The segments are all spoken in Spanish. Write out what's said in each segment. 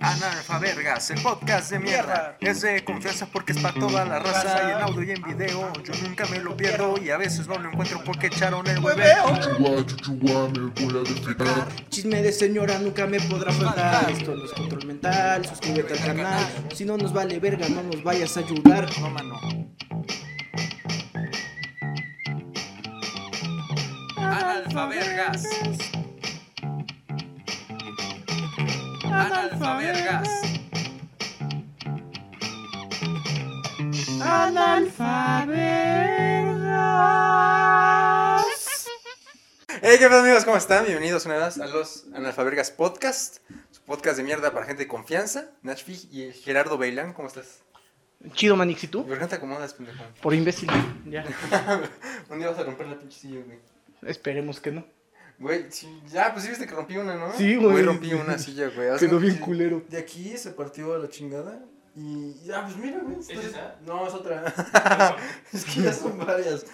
Analfa Vergas, el podcast de mierda. Es de confianza porque es para toda la raza. Y en audio y en video, yo nunca me lo pierdo. Y a veces no lo encuentro porque echaron el hueveo. Chuchuá, chuchuá, me voy a despegar. Chisme de señora nunca me podrá faltar. Esto no es control mental, suscríbete al canal. Si no nos vale verga, no nos vayas a ayudar. No, mano. Analfa Vergas. Analfa Vergas. Hey, ¿qué pasa amigos? ¿Cómo están? Bienvenidos una vez a los Analfabergas Podcast, su podcast de mierda para gente de confianza, Nashvig y Gerardo Bailán, ¿cómo estás? Chido, Manix, ¿y tú? ¿Por qué no te acomodas, pendejo? Por imbécil. Ya, Un día vas a romper la pinche silla, güey. esperemos que no. Güey, sí, ya, pues sí viste que rompí una, ¿no? Sí, güey. rompí una silla, güey. Hace Quedó un- bien culero. De aquí se partió a la chingada y ya, pues mira, güey. ¿Es esa? No, es otra. es que ya son varias.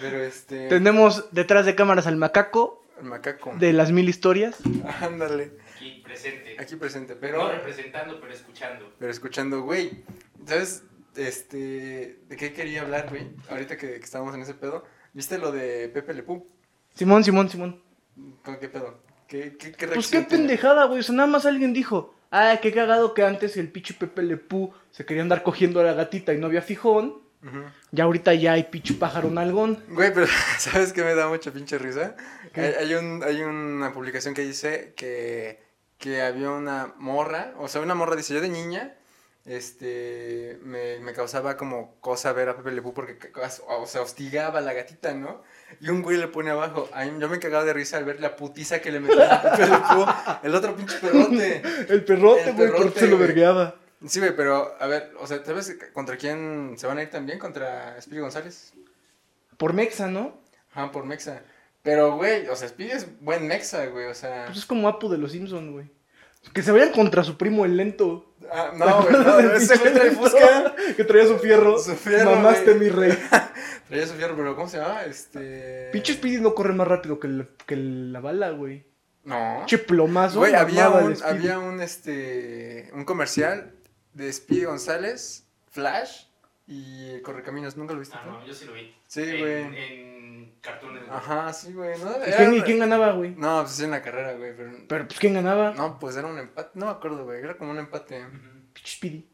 Pero este... Tenemos detrás de cámaras al macaco El macaco. de las mil historias. Ándale, Aquí presente. aquí presente, No pero... representando, pero escuchando. Pero escuchando, güey, ¿sabes? Este, ¿de qué quería hablar, güey? Ahorita que, que estábamos en ese pedo, ¿viste lo de Pepe Lepú? Simón, Simón, Simón. ¿Con qué pedo? ¿Qué, qué, qué Pues reacción qué tuvo? pendejada, güey. O sea, nada más alguien dijo. Ah, qué cagado que antes el pinche Pepe Lepú se quería andar cogiendo a la gatita y no había fijón. Ujú. Ya ahorita ya hay pinche pájaro nalgón. Güey, pero ¿sabes qué me da mucha pinche risa? ¿Qué? Hay, hay un, hay una publicación que dice que, que había una morra, o sea, una morra dice, yo de niña, este, me, me causaba como cosa ver a Pepe Lepú porque, o sea, hostigaba a la gatita, ¿no? Y un güey le pone abajo, ay, yo me cagaba de risa al ver la putiza que le metía a Pepe Lepú, el otro pinche perrote. El perrote, El güey, perrote, porque se lo güey. vergueaba. Sí, güey, pero, a ver, o sea, ¿sabes contra quién se van a ir también? ¿Contra Speedy González? Por Mexa, ¿no? Ajá, por Mexa. Pero, güey, o sea, Speedy es buen Mexa, güey, o sea... Pues es como Apu de los Simpsons, güey. Que se vayan contra su primo el lento. Ah, ¿Te no, güey, acuerdas no, del ese güey pinche trae lento? Fusca. Que traía su fierro. Su fierro, Mamaste, güey. mi rey. Traía su fierro, pero ¿cómo se llama? Este... Pinche Speedy no corre más rápido que, el- que el- la bala, güey. No. Pinche plomazo. Güey, había mamaba el un, Speedy. había un, este... Un comercial de Speedy González, Flash y el Correcaminos. ¿Nunca lo viste? Ah, tú? no, yo sí lo vi. Sí, en, güey. en cartones. Ajá, sí, güey. No, ¿Y Era- quién, y quién ganaba, güey? No, pues en la carrera, güey, pero... Pero pues quién ganaba. No, pues era un empate. No me acuerdo, güey. Era como un empate. Ujú. Pinche Speedy.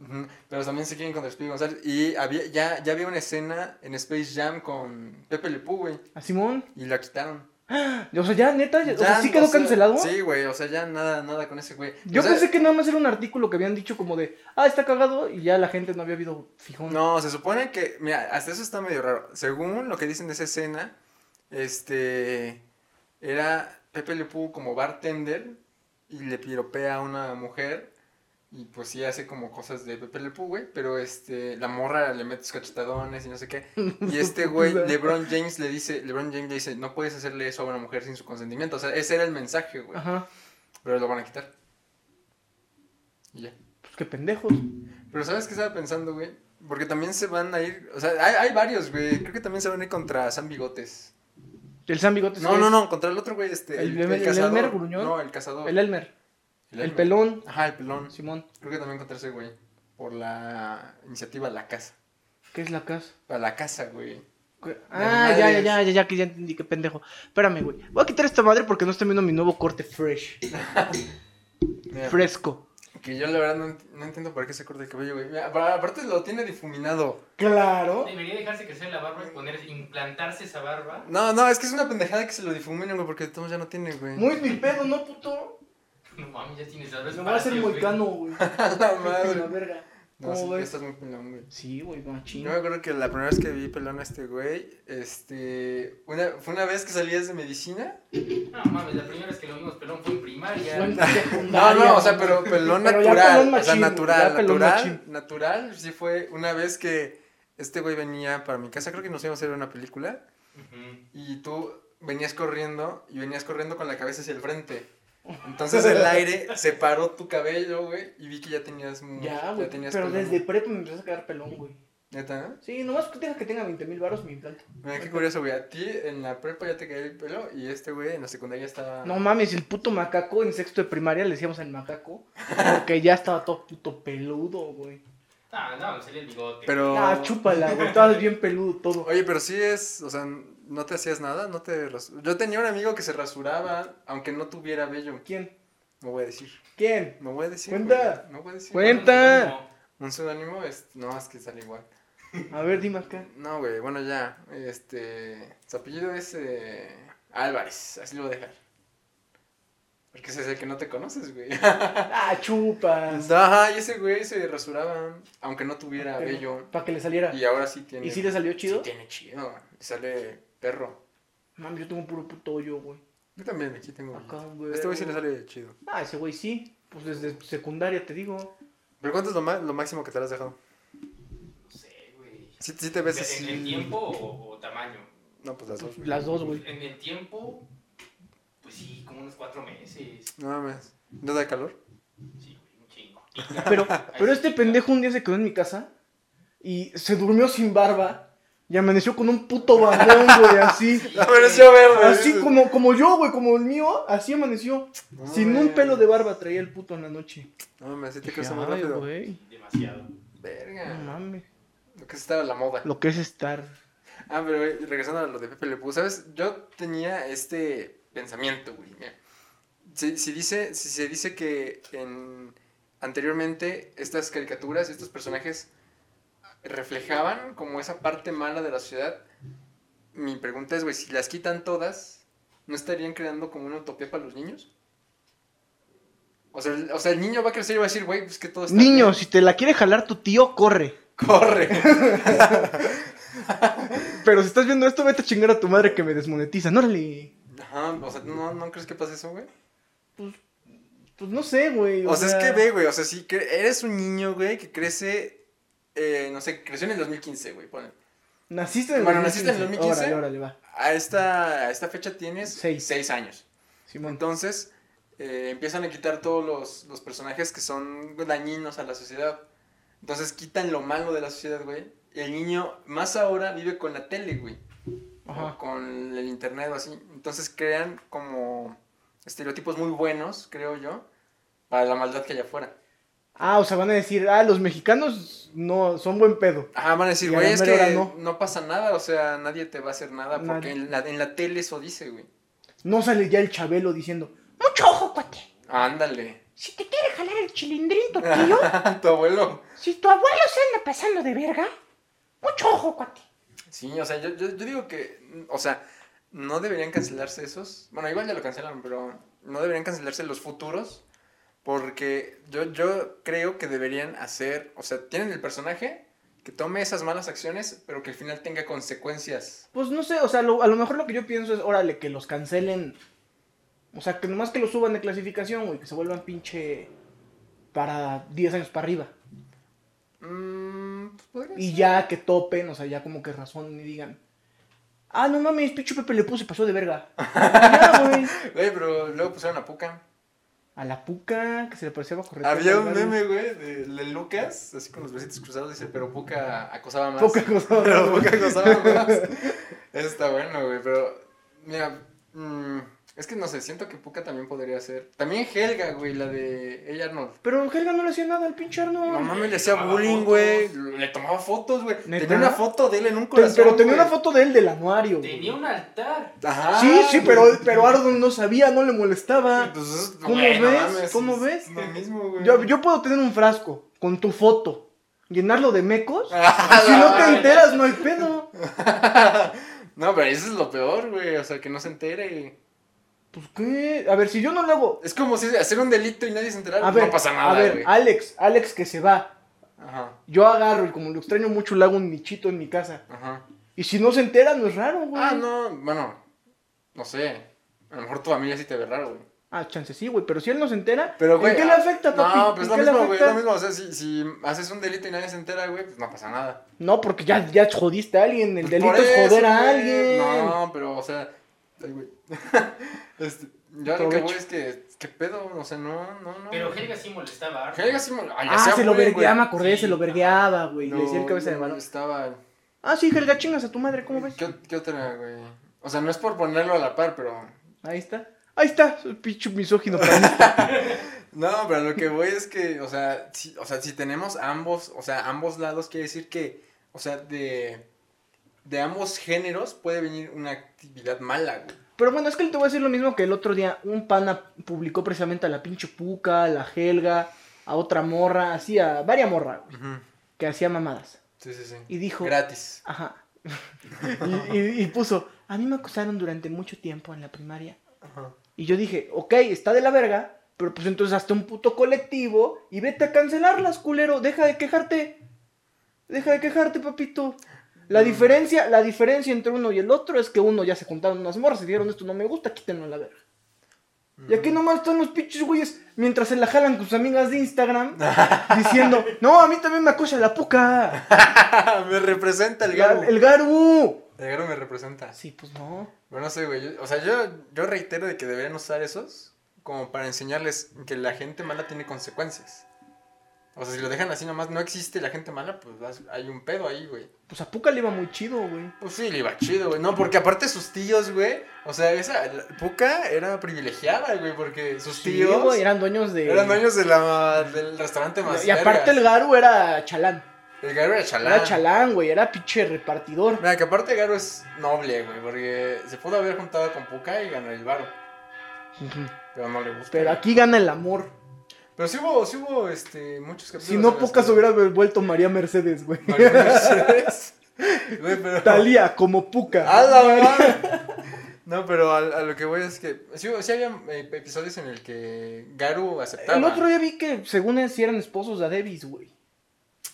Ujú, Pero también se quieren contra Speedy González. Y había, ya, ya había una escena en Space Jam con Pepe Le Pew, güey. A Simón. Y la quitaron. O sea, ya, neta. ya- o sea, Ya, sí quedó o sea, cancelado. Sí, güey. O sea, ya nada, nada con ese güey. Yo O sea, pensé que nada más era un artículo que habían dicho como de, ah, está cagado y ya la gente no había habido fijón. No, se supone que. Mira, hasta eso está medio raro. Según lo que dicen de esa escena, este. Era Pepe Le Pew como bartender y le piropea a una mujer. Y pues sí hace como cosas de Pepe Le Pew, güey. Pero este, la morra le mete sus cachetadones y no sé qué. Y este güey, LeBron James le dice, LeBron James le dice, no puedes hacerle eso a una mujer sin su consentimiento. O sea, ese era el mensaje, güey. Ajá. Pero lo van a quitar. Y ya. Pues qué pendejos. Pero ¿sabes qué estaba pensando, güey? Porque también se van a ir, o sea, hay, hay varios, güey. Creo que también se van a ir contra San Bigotes. El San Bigotes. No, que no, es no, contra el otro güey, este. ¿El Elmer- el Elmer Gruñón? No, el cazador. El Elmer. El, Elmer. pelón. Ajá, el pelón. Simón. Creo que también contra ese güey. Por la iniciativa La Casa. ¿Qué es la casa? Para la casa, güey. ¿Qué? La Ah, ya, ya, madre ya, ya, ya, que ya entendí, qué pendejo. Espérame, güey. Voy a quitar esta madre porque no estoy viendo mi nuevo corte fresh. Mira, Fresco. que yo la verdad no, ent- no entiendo por qué se corta el cabello, güey. Mira, apar- aparte lo tiene difuminado. Claro. Debería dejarse crecer la barba y poner, implantarse esa barba. No, no, es que es una pendejada que se lo difuminen, güey, porque de todos ya no tiene, güey. Muy mi pedo, ¿no, puto? No mami, ya tienes barba. es Me voy a hacer para ti, güey. moicano, güey. Pues A la La madre. verga. No, sí, ¿Cómo ya ves? estás muy pelón, güey. Sí, güey, machín. Yo me acuerdo que la primera vez que vi pelón a este güey, este, una, fue una vez que salías de medicina. No mames, la primera vez que lo vimos pelón fue en primaria. Fue en No, secundaria, no, o sea, güey. pero pelón Pero ya natural, pelón o sea, machín, güey, natural, ya pelón natural, machín. natural, sí fue una vez que este güey venía para mi casa, creo que nos íbamos a ver una película, Ujú. y tú venías corriendo, y venías corriendo con la cabeza hacia el frente. Entonces el aire separó tu cabello, güey, y vi que ya tenías... mu- Ya, güey. tenías Pero pelón. desde prepa me empezó a quedar pelón, güey. Neta, ¿no? Sí, nomás que tenga que tenga 20 mil baros me implanta. Mira, qué curioso, güey. A ti en la prepa ya te caía el pelo y este güey en la secundaria estaba. No mames, el puto macaco en sexto de primaria le decíamos el macaco. Porque ya estaba todo puto peludo, güey. Ah, no, se le el bigote. Pero. Ah, chúpala, güey. Estabas bien peludo todo. Oye, pero sí es. O sea, no te hacías nada, no te. ras- Yo tenía un amigo que se rasuraba, aunque no tuviera vello. ¿Quién? No voy a decir. ¿Quién? No voy a decir. Cuenta. güey, No voy a decir. Cuen- cuenta. No, Un pseudónimo es. No, es que sale igual. A ver, dime acá. No, güey, bueno, ya. Este. Su apellido es eh, Álvarez, así lo voy a dejar. Porque ese es el que no te conoces, güey. Ah, chupas. Ajá, y ese güey se rasuraba, aunque no tuviera vello. Para que le saliera. Y ahora sí tiene. ¿Y si le salió chido? Sí tiene chido. le Sale perro. Mami, yo tengo un puro puto hoyo, güey. Yo también, aquí tengo. Acá, vellitos. Ah, güey. Este güey sí le sale chido. Ah, ese güey sí. Pues desde secundaria te digo. ¿Pero cuánto es lo, ma- lo máximo que te lo has dejado? no sé, güey. Si sí, sí te ves así. ¿En el tiempo o, o tamaño? No, pues las dos. güey. Las dos, güey. En el tiempo, pues sí, como unos cuatro meses. No mames. ¿No da calor? Sí, güey, un chingo. Pero, pero este pendejo un día se quedó en mi casa y se durmió sin barba y amaneció con un puto barbón, güey, así. Amaneció verde. Así como, como yo, güey, como el mío, así amaneció. No, Sin Ah, un güey. Este pelo de barba traía el puto en la noche. No mames, sí te crees muy Ay, rápido. güey. Demasiado. No Verga. mames. Lo que es estar a la moda. Lo que es estar. Ah, pero güey, regresando a lo de Pepe Le Pew, ¿sabes? Yo tenía este pensamiento, güey. mira. Si, si dice, si se dice que en, anteriormente estas caricaturas, estos personajes reflejaban como esa parte mala de la sociedad, mi pregunta es, güey, si las quitan todas, ¿no estarían creando como una utopía para los niños? O sea, el, o sea, el niño va a crecer y va a decir, güey, pues que todo está... Niño, si te la quiere jalar tu tío, corre. bien. corre. Pero si estás viendo esto, vete a chingar a tu madre que me desmonetiza. Órale. Ajá, o sea, ¿no, ¿no crees que pase eso, güey? Pues no sé, güey. O sea, es que ve, güey, o sea, si cre- eres un niño, güey, que crece, eh, no sé, creció en el 2015, güey, ponen. Naciste en el Bueno, naciste en el 2015. Órale, órale, va. A esta, a esta fecha tienes Seis. seis años. Simón. Entonces, eh, empiezan a quitar todos los, los personajes que son dañinos a la sociedad. Entonces, quitan lo malo de la sociedad, güey. Y el niño, más ahora, vive con la tele, güey. o Ajá. con el internet o así. Entonces crean como estereotipos muy buenos, creo yo, para la maldad que hay afuera. Ah, o sea, van a decir, ah, los mexicanos no son buen pedo. Ajá, van a decir, Y a la güey, es mera hora que no. no. pasa nada, o sea, nadie te va a hacer nada, porque Nadie. en la, en la tele eso dice, güey. No sale ya el Chabelo diciendo, mucho ojo, cuate. Ándale. Si te quiere jalar el chilindrín tu tío, tu abuelo. si tu abuelo se anda pasando de verga, mucho ojo, cuate. Sí, o sea, yo, yo, yo digo que, o sea, no deberían cancelarse esos. Bueno, igual ya lo cancelaron, pero no deberían cancelarse los futuros. Porque yo, yo creo que deberían hacer, o sea, tienen el personaje que tome esas malas acciones, pero que al final tenga consecuencias. Pues no sé, o sea, lo- a lo mejor lo que yo pienso es, órale, que los cancelen. O sea, que nomás que los suban de clasificación, güey, que se vuelvan pinche para 10 años para arriba. Mm, pues podría Y ser. ya que topen, o sea, ya como que razonen y digan, ah, no mames, pinche Pepe le puse, pasó de verga. Y ya, güey. Güey, pero luego pusieron a Puka. A la puca que se le parecía bajo correcto. Había un meme, güey, de, de Lucas, así con los besitos cruzados, dice, pero Puka acosaba más. Poca cosa. Pero poca cosa más. Eso está bueno, güey, pero. Mira, mm, es que no sé, siento que Puka también podría ser. También Helga, güey, la de ella Arnold. Pero Helga no le hacía nada al pinche Arnold. No mames, le hacía tomaba bullying, fotos. güey. Le tomaba fotos, güey. ¿Neta? Tenía una foto de él en un Ten- corazón. pero tenía güey. una foto de él del anuario. güey. Tenía un altar. Ajá. sí, sí, pero, pero Arnold no sabía, no le molestaba. Pues, es- ¿Cómo güey, no ves? mames, ¿Cómo es ves? Lo mismo, güey. Yo, yo puedo tener un frasco con tu foto, llenarlo de mecos. Ah, y si no la- te enteras, no hay pedo. No, pero eso es lo peor, güey. O sea, que no se entere. Pues qué. A ver, si yo no lo hago. Es como si hacer un delito y nadie se enterara. pues A ver, no pasa nada, a ver, güey. Alex, Alex que se va. Ajá, Yo agarro y como lo extraño mucho, le hago un nichito en mi casa. ajá. Y si no se entera, no es raro, güey. Ah, no, bueno, no sé. A lo mejor tu familia sí te ve raro, güey. Ah, chance sí, güey. Pero si él no se entera, Pero, güey. ¿en qué le ah, afecta, papi? No, pues ¿En lo qué le mismo, güey. afecta? Lo mismo, o sea, si, si haces un delito y nadie se entera, güey, pues no pasa nada. No, porque ya, ya jodiste a alguien. El Pues delito por es joder a eso, güey. alguien. No, pero, o sea. Ay, güey. Este, yo lo que Aprovecha. voy es que, ¿Qué pedo? O sea, no, no, no. Pero Helga sí molestaba. harto. Helga sí me... Ay, Ah, hacía se lo bullying, güey. vergueaba, me acordé, Sí. se lo vergueaba, güey. No, Le decía el cabeza de no, balón. Estaba... Ah, sí, Helga, chingas a tu madre, ¿cómo ves? ¿Qué, qué otra, güey? O sea, no es por ponerlo a la par, pero... Ahí está. Ahí está, su pinche misógino para mí. No, pero lo que voy es que, o sea, si, o sea, si tenemos ambos, o sea, ambos lados, quiere decir que, o sea, de, de ambos géneros puede venir una actividad mala, güey. Pero bueno, es que te voy a decir lo mismo que el otro día. Un pana publicó precisamente a la pinche Puca, a la Helga, a otra morra, así, a varias morras, güey, que hacía mamadas. Sí, sí, sí. Y dijo, Gratis. ajá. y, y- y puso, a mí me acosaron durante mucho tiempo en la primaria. Ajá. Y yo dije, ok, está de la verga, pero pues entonces hazte un puto colectivo y vete a cancelarlas, culero. Deja de quejarte. Deja de quejarte, papito. La Mm. diferencia, la diferencia entre uno y el otro es que uno ya se juntaron unas morras y dijeron esto no me gusta, quítenlo a la verga. Y Mm. aquí nomás están los pinches güeyes mientras se la jalan con sus amigas de Instagram diciendo, no, a mí también me acosa la puca, me representa el el, garo. el garu. El garo me representa. Sí, pues no. Bueno, no sé, güey. yo- O sea, yo, yo reitero de que deberían usar esos como para enseñarles que la gente mala tiene consecuencias. O sea, si lo dejan así nomás, no existe la gente mala, pues vas- hay un pedo ahí, güey. Pues a puca le iba muy chido, güey. Pues sí, le iba chido, güey. No, porque aparte sus tíos, güey. O sea, esa la Puca era privilegiada, güey, porque sus Sí, tíos güey, eran, eran dueños de... dueños de la, del restaurante más. Y aparte el vergas. Garu era chalán. El Garo era chalán. Era chalán, güey. Era pinche repartidor. Mira, que aparte Garo es noble, güey, porque se pudo haber juntado con Puca y ganó el varo. Pero no le gusta. Pero güey. aquí gana el amor. Pero sí hubo, sí hubo este, muchos capítulos. Si no, en los pocas que- hubiera vuelto María Mercedes, güey. María Mercedes. Güey, pero- Talía, como puca. ¡A la madre! No, pero a, a lo que voy es que. Sí, sí había eh, episodios en el que Garu aceptaba. El otro día vi que, según él, sí eran esposos de Davis, güey.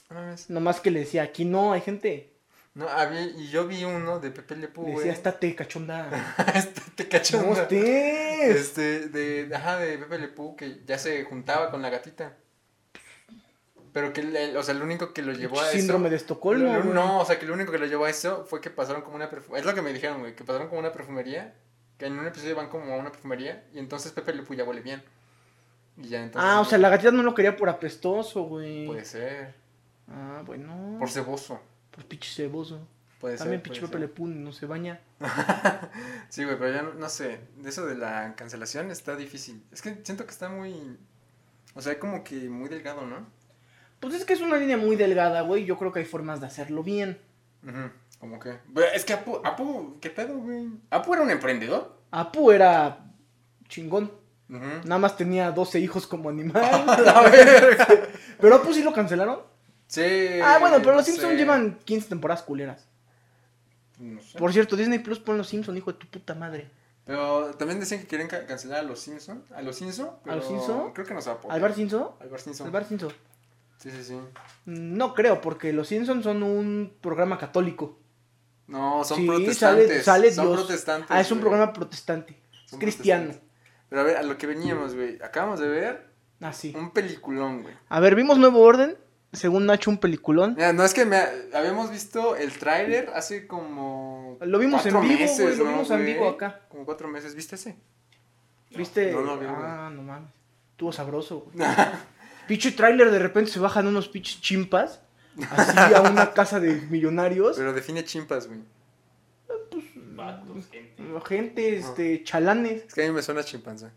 No mames. Nomás que le decía, aquí no, hay gente. No, había, y yo vi uno de Pepe Le Pew, Le Pues, güey. decía, estate, cachonda. Este, te cachas. No estés. Este, de, ajá, de Pepe Le Pew, que ya se juntaba con la gatita. Pero que, el- o sea, lo único que lo llevó a eso. Síndrome de Estocolmo, Lo- lo- güey. No, o sea, que lo único que lo llevó a eso fue que pasaron como una perfumería. Es lo que me dijeron, güey, que pasaron como una perfumería. Que en un episodio van como a una perfumería. Y entonces Pepe Le Pew ya huele bien. Y ya entonces. Ah, o sea, la gatita no lo quería por apestoso, güey. Puede ser. Ah, bueno. Por ceboso. Por pinche ceboso. Puede También ser. pinche puede Pepe ser. Le Pew no se baña. Sí, güey, pero ya no, no sé. Eso de la cancelación está difícil. Es que siento que está muy. O sea, como que muy delgado, ¿no? Pues es que es una línea muy delgada, güey. Yo creo que hay formas de hacerlo bien. Ujú, Como que. Pero es que Apu, Apu, ¿qué pedo, güey? Apu era un emprendedor. Apu era chingón. Ujú. Nada más tenía 12 hijos como animal. A ver. pero Apu sí lo cancelaron. Sí. ah, bueno, pero los no Simpsons sé. llevan 15 temporadas culeras. No sé. Por cierto, Disney Plus pon los Simpsons, hijo de tu puta madre. Pero también decían que querían ca- cancelar a los Simpson. A los Simpson. pero los Simpson? Creo que no se va a poder. ¿Alvar Simpson? Alvar Simpson. ¿Alvar Simpson? Sí, sí, sí. No creo, porque los Simpsons son un programa católico. No, son Sí, sale- protestantes. sale son Dios. protestantes. Ah, es un güey. programa protestante. Es Son cristiano. protestantes. Pero a ver, a lo que veníamos, güey. Acabamos de ver Ah, sí. un peliculón, güey. A ver, vimos Nuevo Orden. Según Nacho, un peliculón. Mira, no es que me ha- habíamos visto el tráiler hace como. Lo vimos en cuatro vivo, güey, lo ¿no, vimos en güey? vivo acá. Como cuatro meses, ¿viste ese? ¿Viste? No, no lo vi, ah, no mames. Estuvo sabroso, güey. Pinche tráiler, de repente se bajan unos pinches chimpas. Así a una casa de millonarios. Pero define chimpas, güey. Vatos, gente. Gente, Ah. este, chalanes. Es que a mí me suena chimpanza.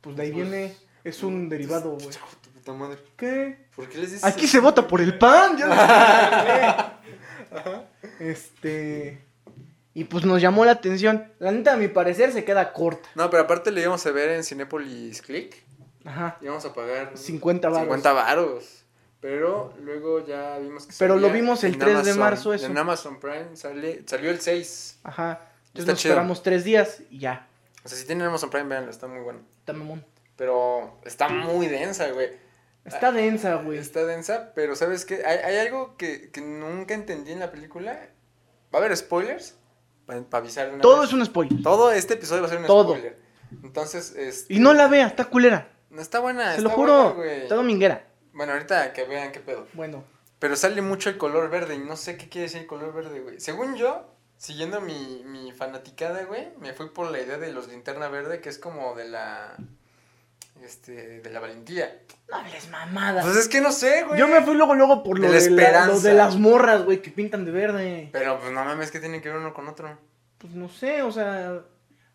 Pues de ahí viene. Es un derivado, güey. Hijo de tu puta madre. ¿Qué? ¿Por pues, qué les dices? Aquí se vota por el pan, ya lo sé. Este. Y pues nos llamó la atención. La neta, a mi parecer, se queda corta. No, pero aparte le íbamos a ver en Cinépolis Click. Ajá. Íbamos a pagar 50 varos. 50 varos. Pero luego ya vimos que Pero lo salía vimos el en 3 de marzo, eso. En Amazon Prime sale, salió el 6. Ajá. Entonces Está nos chido. esperamos tres días y ya. O sea, si tienen Amazon Prime, véanlo, está muy bueno. Está mamón. Pero está muy densa, güey. Está densa, güey. Está densa, pero ¿sabes qué? Hay, hay algo que, que nunca entendí en la película. ¿Va a haber spoilers? Para avisar de una Todo vez. es un spoiler. Todo este episodio va a ser un Todo. spoiler. Entonces, este... Y no la vea, está culera. No está buena, Se Ah, está lo juro. buena, güey. está dominguera. Bueno, ahorita que vean qué pedo. Bueno, Pero sale mucho el color verde y no sé qué quiere decir el color verde, güey. Según yo, siguiendo mi, mi fanaticada, güey, me fui por la idea de los linterna verde, que es como de la... este, de la valentía. No hables mamadas. Pues es que no sé, güey. Yo me fui luego, luego por lo De de, la la- esperanza. lo de las morras, güey, que pintan de verde. Pero pues no mames, que tienen que ver uno con otro? Pues no sé, o sea.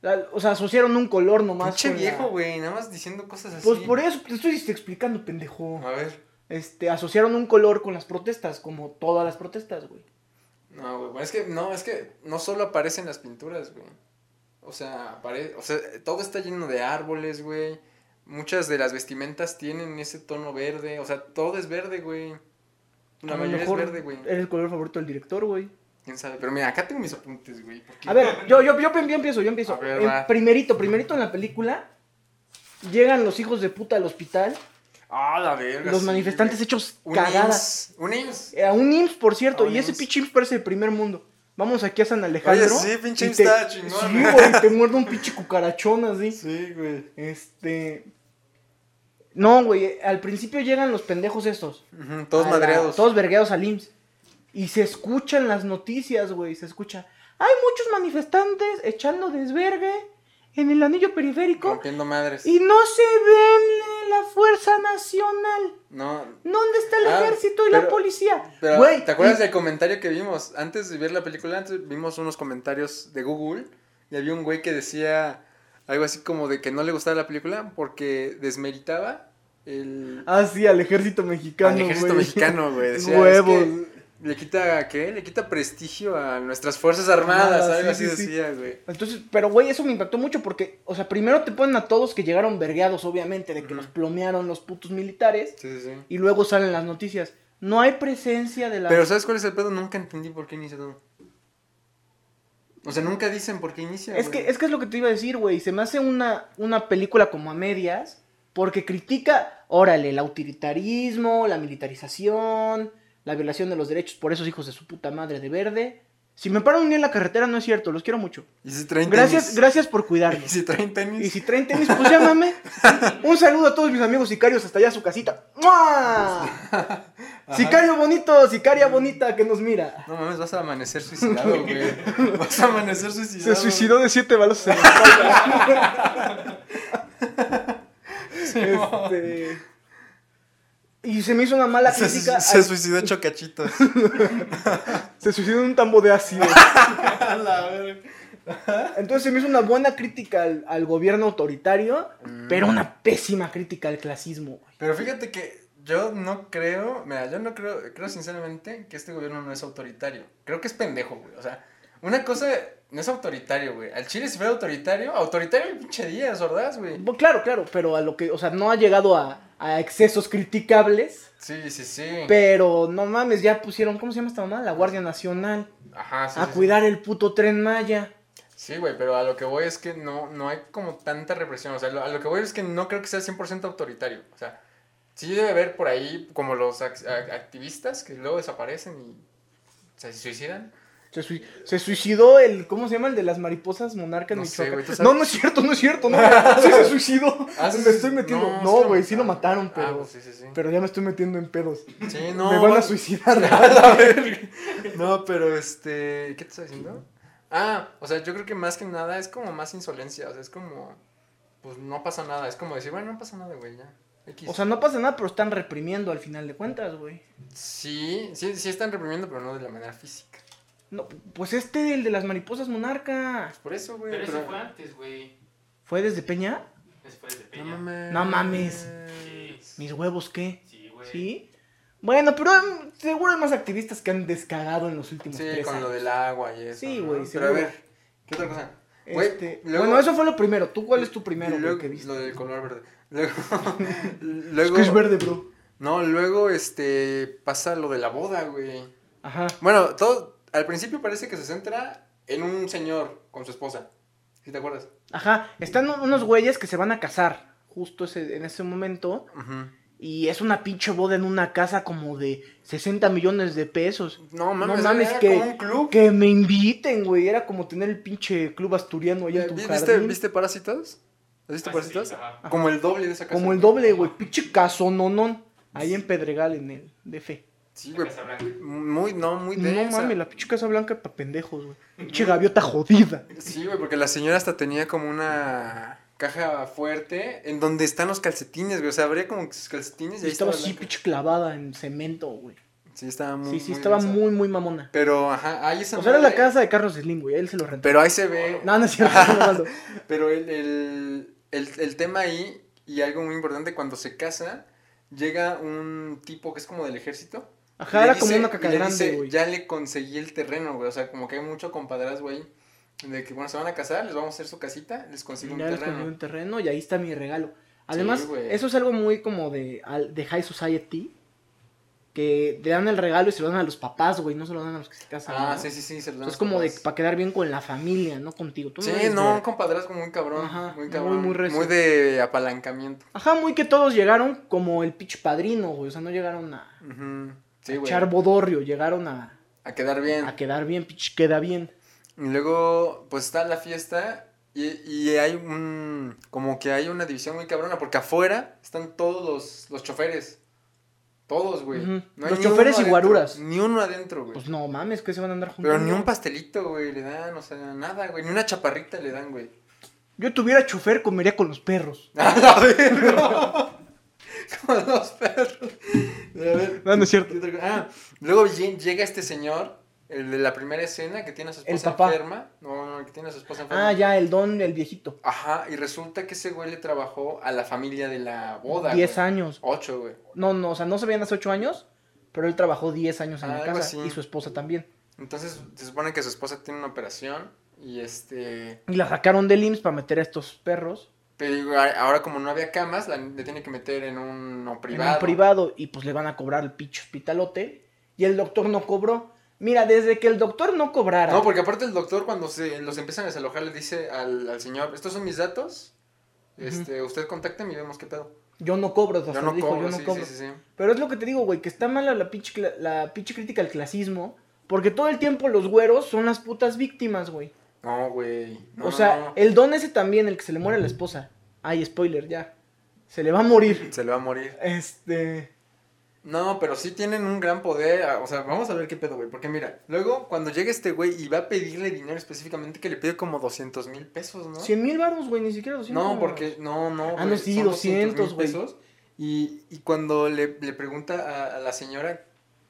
la- o sea, asociaron un color nomás. Pinche con la- viejo, güey, nada más diciendo cosas así. Ah. Pues por eso te estoy explicando, pendejo. A ver. Este, asociaron un color con las protestas, como todas las protestas, güey. No, güey, bueno, es que no, es que no solo aparecen las pinturas, güey. O sea, apare- o sea, todo está lleno de árboles, güey. Muchas de las vestimentas tienen ese tono verde, o sea, todo es verde, güey. La A lo mayoría es mejor verde, güey. Era el color favorito del director, güey. ¿Quién sabe? Pero mira, acá tengo mis apuntes, güey. porque- A ver, yo, yo, yo, yo empiezo, yo empiezo. A ver, En va. primerito, primerito en la película, llegan los hijos de puta al hospital, Ah, la verga. los sí, manifestantes güey. hechos Un cagadas. Eh, IMSS, Un IMSS. A un IMSS, por cierto, A un y ese IMSS. pinche IMSS parece de primer mundo. Vamos aquí a San Alejandro. sí, pinche y IMSS te- está chingón, Sí, ¿no? güey, te muerde un pinche cucarachón así. Sí, güey. Este. No, güey, al principio llegan los pendejos estos. Ujú, todos a la- madreados. Todos vergueados al IMSS. Y se escuchan las noticias, güey. Se escucha. Hay muchos manifestantes echando desvergue en el anillo periférico. Rompiendo madres. Y no se ven la Fuerza Nacional. No. ¿Dónde está el Ah, ejército y la pero- policía? Pero, Güey, ¿te acuerdas y- del comentario que vimos? Antes de ver la película, antes vimos unos comentarios de Google y había un güey que decía algo así como de que no le gustaba la película porque desmeritaba el, Ah, sí, al ejército mexicano. al ejército güey. mexicano, güey. Decía, "Es Huevos. que le quita, ¿qué? Le quita prestigio a nuestras fuerzas armadas, Armadas, algo sí, así sí, sí. decía, güey. Entonces, pero güey, eso me impactó mucho porque, o sea, primero te ponen a todos que llegaron vergueados, obviamente, de que Ujú. los plomearon los putos militares. Sí, sí, sí. Y luego salen las noticias. No hay presencia de la. Pero ¿sabes cuál es el pedo? Nunca entendí por qué inicia todo. O sea, nunca dicen por qué inicia. es, güey. que, es que es lo que te iba a decir, güey. Se me hace una, una película como a medias. Porque critica, órale, el autoritarismo, la militarización, la violación de los derechos por esos hijos de su puta madre de verde. Si me paran un día en la carretera, no es cierto, los quiero mucho. Y si traen Gracias, tenis? gracias por Y cuidarlos. si traen tenis. Y si traen tenis, pues llámame. Un saludo a todos mis amigos sicarios hasta allá a su casita. ¡Mua! Sicario bonito, sicaria bonita que nos mira. No mames, vas a amanecer suicidado, güey. Vas a amanecer suicidado. Se suicidó de siete balas en la espalda. Este, Y se me hizo una mala Se, crítica. se a- suicidó hecho cachitos. se suicidó en un tambo de ácido. La verga. Entonces se me hizo una buena crítica al, al gobierno autoritario, Mm. pero una pésima crítica al clasismo. güey. Pero fíjate que yo no creo, mira, yo no creo, creo sinceramente que este gobierno no es autoritario. Creo que es pendejo, güey. O sea, una cosa no es autoritario, güey. Al Chile si fuera autoritario, autoritario el pinche Díaz Ordaz, güey. Bueno, claro, claro, pero a lo que, o sea, no ha llegado a, a excesos criticables, Sí, sí, sí. pero no mames, ya pusieron, ¿cómo se llama esta mamá? La Guardia Nacional Ajá, sí. a sí, sí. cuidar el puto tren Maya. Sí, güey, pero a lo que voy es que no, no hay como tanta represión. O sea, lo- a lo que voy es que no creo que sea 100% autoritario. O sea, sí debe haber por ahí como los ac- a- activistas que luego desaparecen y se suicidan. Se, sui- se suicidó el, ¿cómo se llama? El de las mariposas monarcas No sé, Michoacán. güey, ¿tú sabes? no, no es cierto, no es cierto, no. Sí se suicidó. Ah, sí, me sí, estoy sí. metiendo. No, sí No, lo güey, sí lo mataron. mataron, pero, Ah, pues sí, sí, sí. pero ya me estoy metiendo en pedos. Sí, no. me van a vale. suicidar. A ver. No, pero este. ¿Qué te estoy diciendo? Ah, o sea, yo creo que más que nada es como más insolencia. O sea, es como. Pues no pasa nada. Es como decir, bueno, no pasa nada, güey, ya. X. O sea, no pasa nada, pero están reprimiendo al final de cuentas, güey. sí, sí, sí están reprimiendo, pero no de la manera física. No, pues este, el de las mariposas monarcas. Por eso, güey. Pero eso pero- fue antes, güey. ¿Fue desde Peña? Después de No Peña. mames. No mames. Sí. ¿Mis huevos qué? Sí, güey. Ah, ¿Sí? Bueno, pero mm, seguro hay más activistas que han descagado en los últimos Sí, tres con lo años. del agua y eso. Sí, ¿no? güey, Pero a seguro. ver, ¿qué otra cosa? Güey, Este, luego- Bueno, eso fue lo primero. ¿Tú cuál es tu Y primero, güey, luego- que viste? Lo del color verde. Luego. luego Es que es verde, bro. No, luego este pasa lo de la boda, güey. Ajá. Bueno, todo. Al principio parece que se centra en un señor con su esposa. ¿Sí te acuerdas? Ajá. Están un- unos güeyes que se van a casar. Justo ese, en ese momento. Y es una pinche boda en una casa como de 60 millones de pesos. No mames, No mames, era que- como un club. Que me inviten, güey. Era como tener el pinche club asturiano allá en tu ¿Viste, jardín. ¿Viste Parásitos? ¿Has visto Ah, sí, Parásitos? ajá. Como el doble de esa casa. Como el doble, güey. Pinche casononón. Ahí en Pedregal, en el DF. Sí, La güey. Casa Blanca. Muy, no, muy No densa. mames, la pinche Casa Blanca para pendejos, güey. Pinche gaviota jodida. Sí, güey, porque la señora hasta tenía como una. caja fuerte en donde están los calcetines, güey. O sea, abría como que sus calcetines y ahí estaba estaba. así, la- pinche clavada en cemento, güey. Sí, estaba muy. Sí, sí, estaba densa. muy, muy mamona. Pero, ajá, ahí esa O sea, era la madre- casa de Carlos Slim, güey. Él se lo rentó. Pero ahí se ve. No, no es cierto. estoy mamando. Pero el, el, el- el tema ahí, y algo muy importante, cuando se casa, llega un tipo que es como del ejército. y Ajá, le era como dice- una y caca le grande, dice, güey. Ya le conseguí el terreno, güey. O sea, como que hay mucho compadrazgo ahí. De que, bueno, se van a casar, les vamos a hacer su casita, les consigo un Ya les terreno. conseguí un terreno y ahí está mi regalo. Además, güey. eso es algo muy como de, al- de High Society. Que te dan el regalo y se lo dan a los papás, güey. No se lo dan a los que se casan. Ah, ¿no? sí, sí, sí. se los O sea, dan es como de papás. para quedar bien con la familia, no contigo. Tú Sí, eres no, un de- compadrazgo muy cabrón. Ajá, muy muy, cabrón. muy Muy, recio. de apalancamiento. Ajá, muy que todos llegaron como el pitch padrino, güey. O sea, no llegaron a, Ujú, a Sí, güey. echar bodorrio, llegaron a, A quedar bien. a quedar bien, pitch queda bien. Y luego, pues está la fiesta y, y hay un... Como que hay una división muy cabrona porque afuera están todos los, los choferes. Todos, güey. Ujú. hay Los ni choferes uno adentro, y guaruras. Ni uno adentro, güey. Pues no mames, que se van a andar juntos. Pero ni un pastelito, güey, le dan, o sea, nada, güey. Ni una chaparrita le dan, güey. Yo tuviera chofer, comería con los perros. A la verga. Como los perros. A ver. No, no es cierto. ¿Qué otra cosa? Ah, luego lle- llega este señor, el de la primera escena, que tiene a su El esposa papá. enferma. No, no, que tiene a su esposa enferma. Ah, ya, el don, el viejito. Ajá, y resulta que ese güey le trabajó a la familia de la boda. 10 güey. años. Ocho, güey. No, no, o sea, no se veían hace 8 años, pero él trabajó 10 años en Ah, la algo casa así. y su esposa también. Entonces se supone que su esposa tiene una operación y este... Y la sacaron del IMSS para meter a estos perros Pero digo, a- ahora como no había camas, la, le tiene que meter en un privado. en un privado y pues le van a cobrar el pinche hospitalote. Y el doctor no cobró. Mira, desde que el doctor no cobrara. No, porque aparte el doctor cuando se los empiezan a desalojar le dice al, al señor, estos son mis datos, este, usted contácteme y vemos qué pedo. Yo no cobro, hasta Yo no dijo, cobro, yo no sí, cobro. sí, sí, sí. Pero es lo que te digo, güey, que está mala la pinche, cla- la pinche crítica al clasismo. Porque todo el tiempo los güeros son las putas víctimas, güey. No, güey. no, o no, sea, no. el don ese también, el que se le muere a la esposa. Ay, spoiler, ya. Se le va a morir. Se le va a morir. Este. No, pero sí tienen un gran poder. ah, O sea, vamos a ver qué pedo, güey. Porque mira, luego cuando llega este güey y va a pedirle dinero específicamente, que le pide como 200 mil pesos, ¿no? 100 mil baros, güey, ni siquiera 200. No, porque, no, no. Ah, güey, no, sí, son 200, 200,000 güey. pesos. Y, y cuando le, le pregunta a, a la señora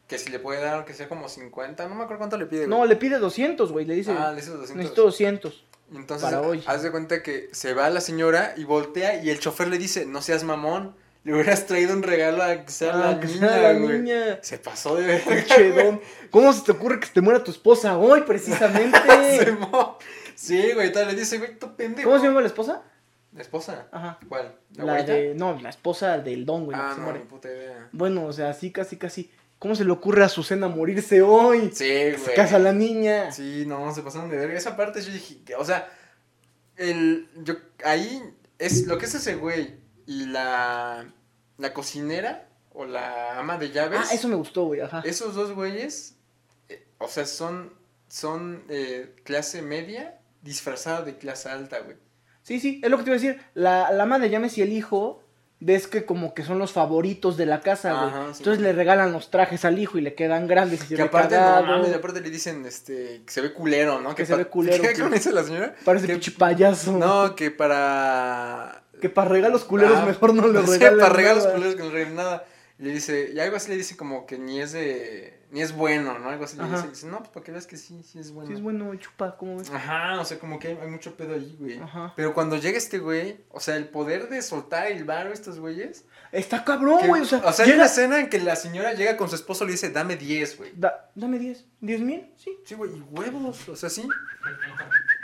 que si le puede dar, aunque sea como 50, no me acuerdo cuánto le pide, güey. No, le pide 200, güey. Le dice, ah, le dice 200. necesito 200. Entonces, para hoy. haz de cuenta que se va la señora y voltea y el chofer le dice, no seas mamón, le hubieras traído un regalo a que sea Ah, la que niña, sea la güey". niña. Se pasó de verga. Pinche don. ¿Cómo se te ocurre que se te muera tu esposa hoy, precisamente? Simón. sí, güey, tal, le dice, güey, tú pendejo. ¿Cómo se llama la esposa? ¿La esposa? Ajá. ¿Cuál? ¿La, La abuelita? de. No, la esposa del don, güey. la Ah, que se no, muere. ni puta idea. Bueno, o sea, así, casi, casi. ¿Cómo se le ocurre a Azucena morirse hoy? Sí, Que se güey. casa la niña. Sí, no, se pasaron de verga. Esa parte yo dije, que- o sea, el, yo, ahí es lo que es ese güey y la, la cocinera o la ama de llaves. ah, eso me gustó, güey. Ajá. Esos dos güeyes, eh, o sea, son, son eh, clase media disfrazada de clase alta, güey. Sí, sí, es lo que te iba a decir. La, la ama de llames y el hijo, ves que como que son los favoritos de la casa, güey. Ajá, sí. Entonces le regalan los trajes al hijo y le quedan grandes y se Que ve aparte, cagado. no mames, aparte le dicen, este, que se ve culero, ¿no? Que se pa- ve culero, ¿Qué que- cómo dice la señora? Parece que- pinche payaso. No, que para... Que para regalos culeros Ah, mejor no le sí, regalen. Para regalos nada. culeros que no regalen nada. Y le dice, y algo así le dice como que ni es de, ni es bueno, ¿no? Algo así le Ajá. dice, y dice, no, pues para que veas que sí, sí es bueno. Sí, es bueno, chupa, ¿cómo ves? Ajá, o sea, como que hay, hay mucho pedo ahí, güey. Ajá. Pero cuando llega este güey, o sea, el poder de soltar el barro estos güeyes. Está cabrón, que- güey. O sea, llega- hay una escena en que la señora llega con su esposo y le dice, dame 10, güey. Da- dame 10. ¿10 mil? Sí. Sí, güey, y huevos, o sea, sí.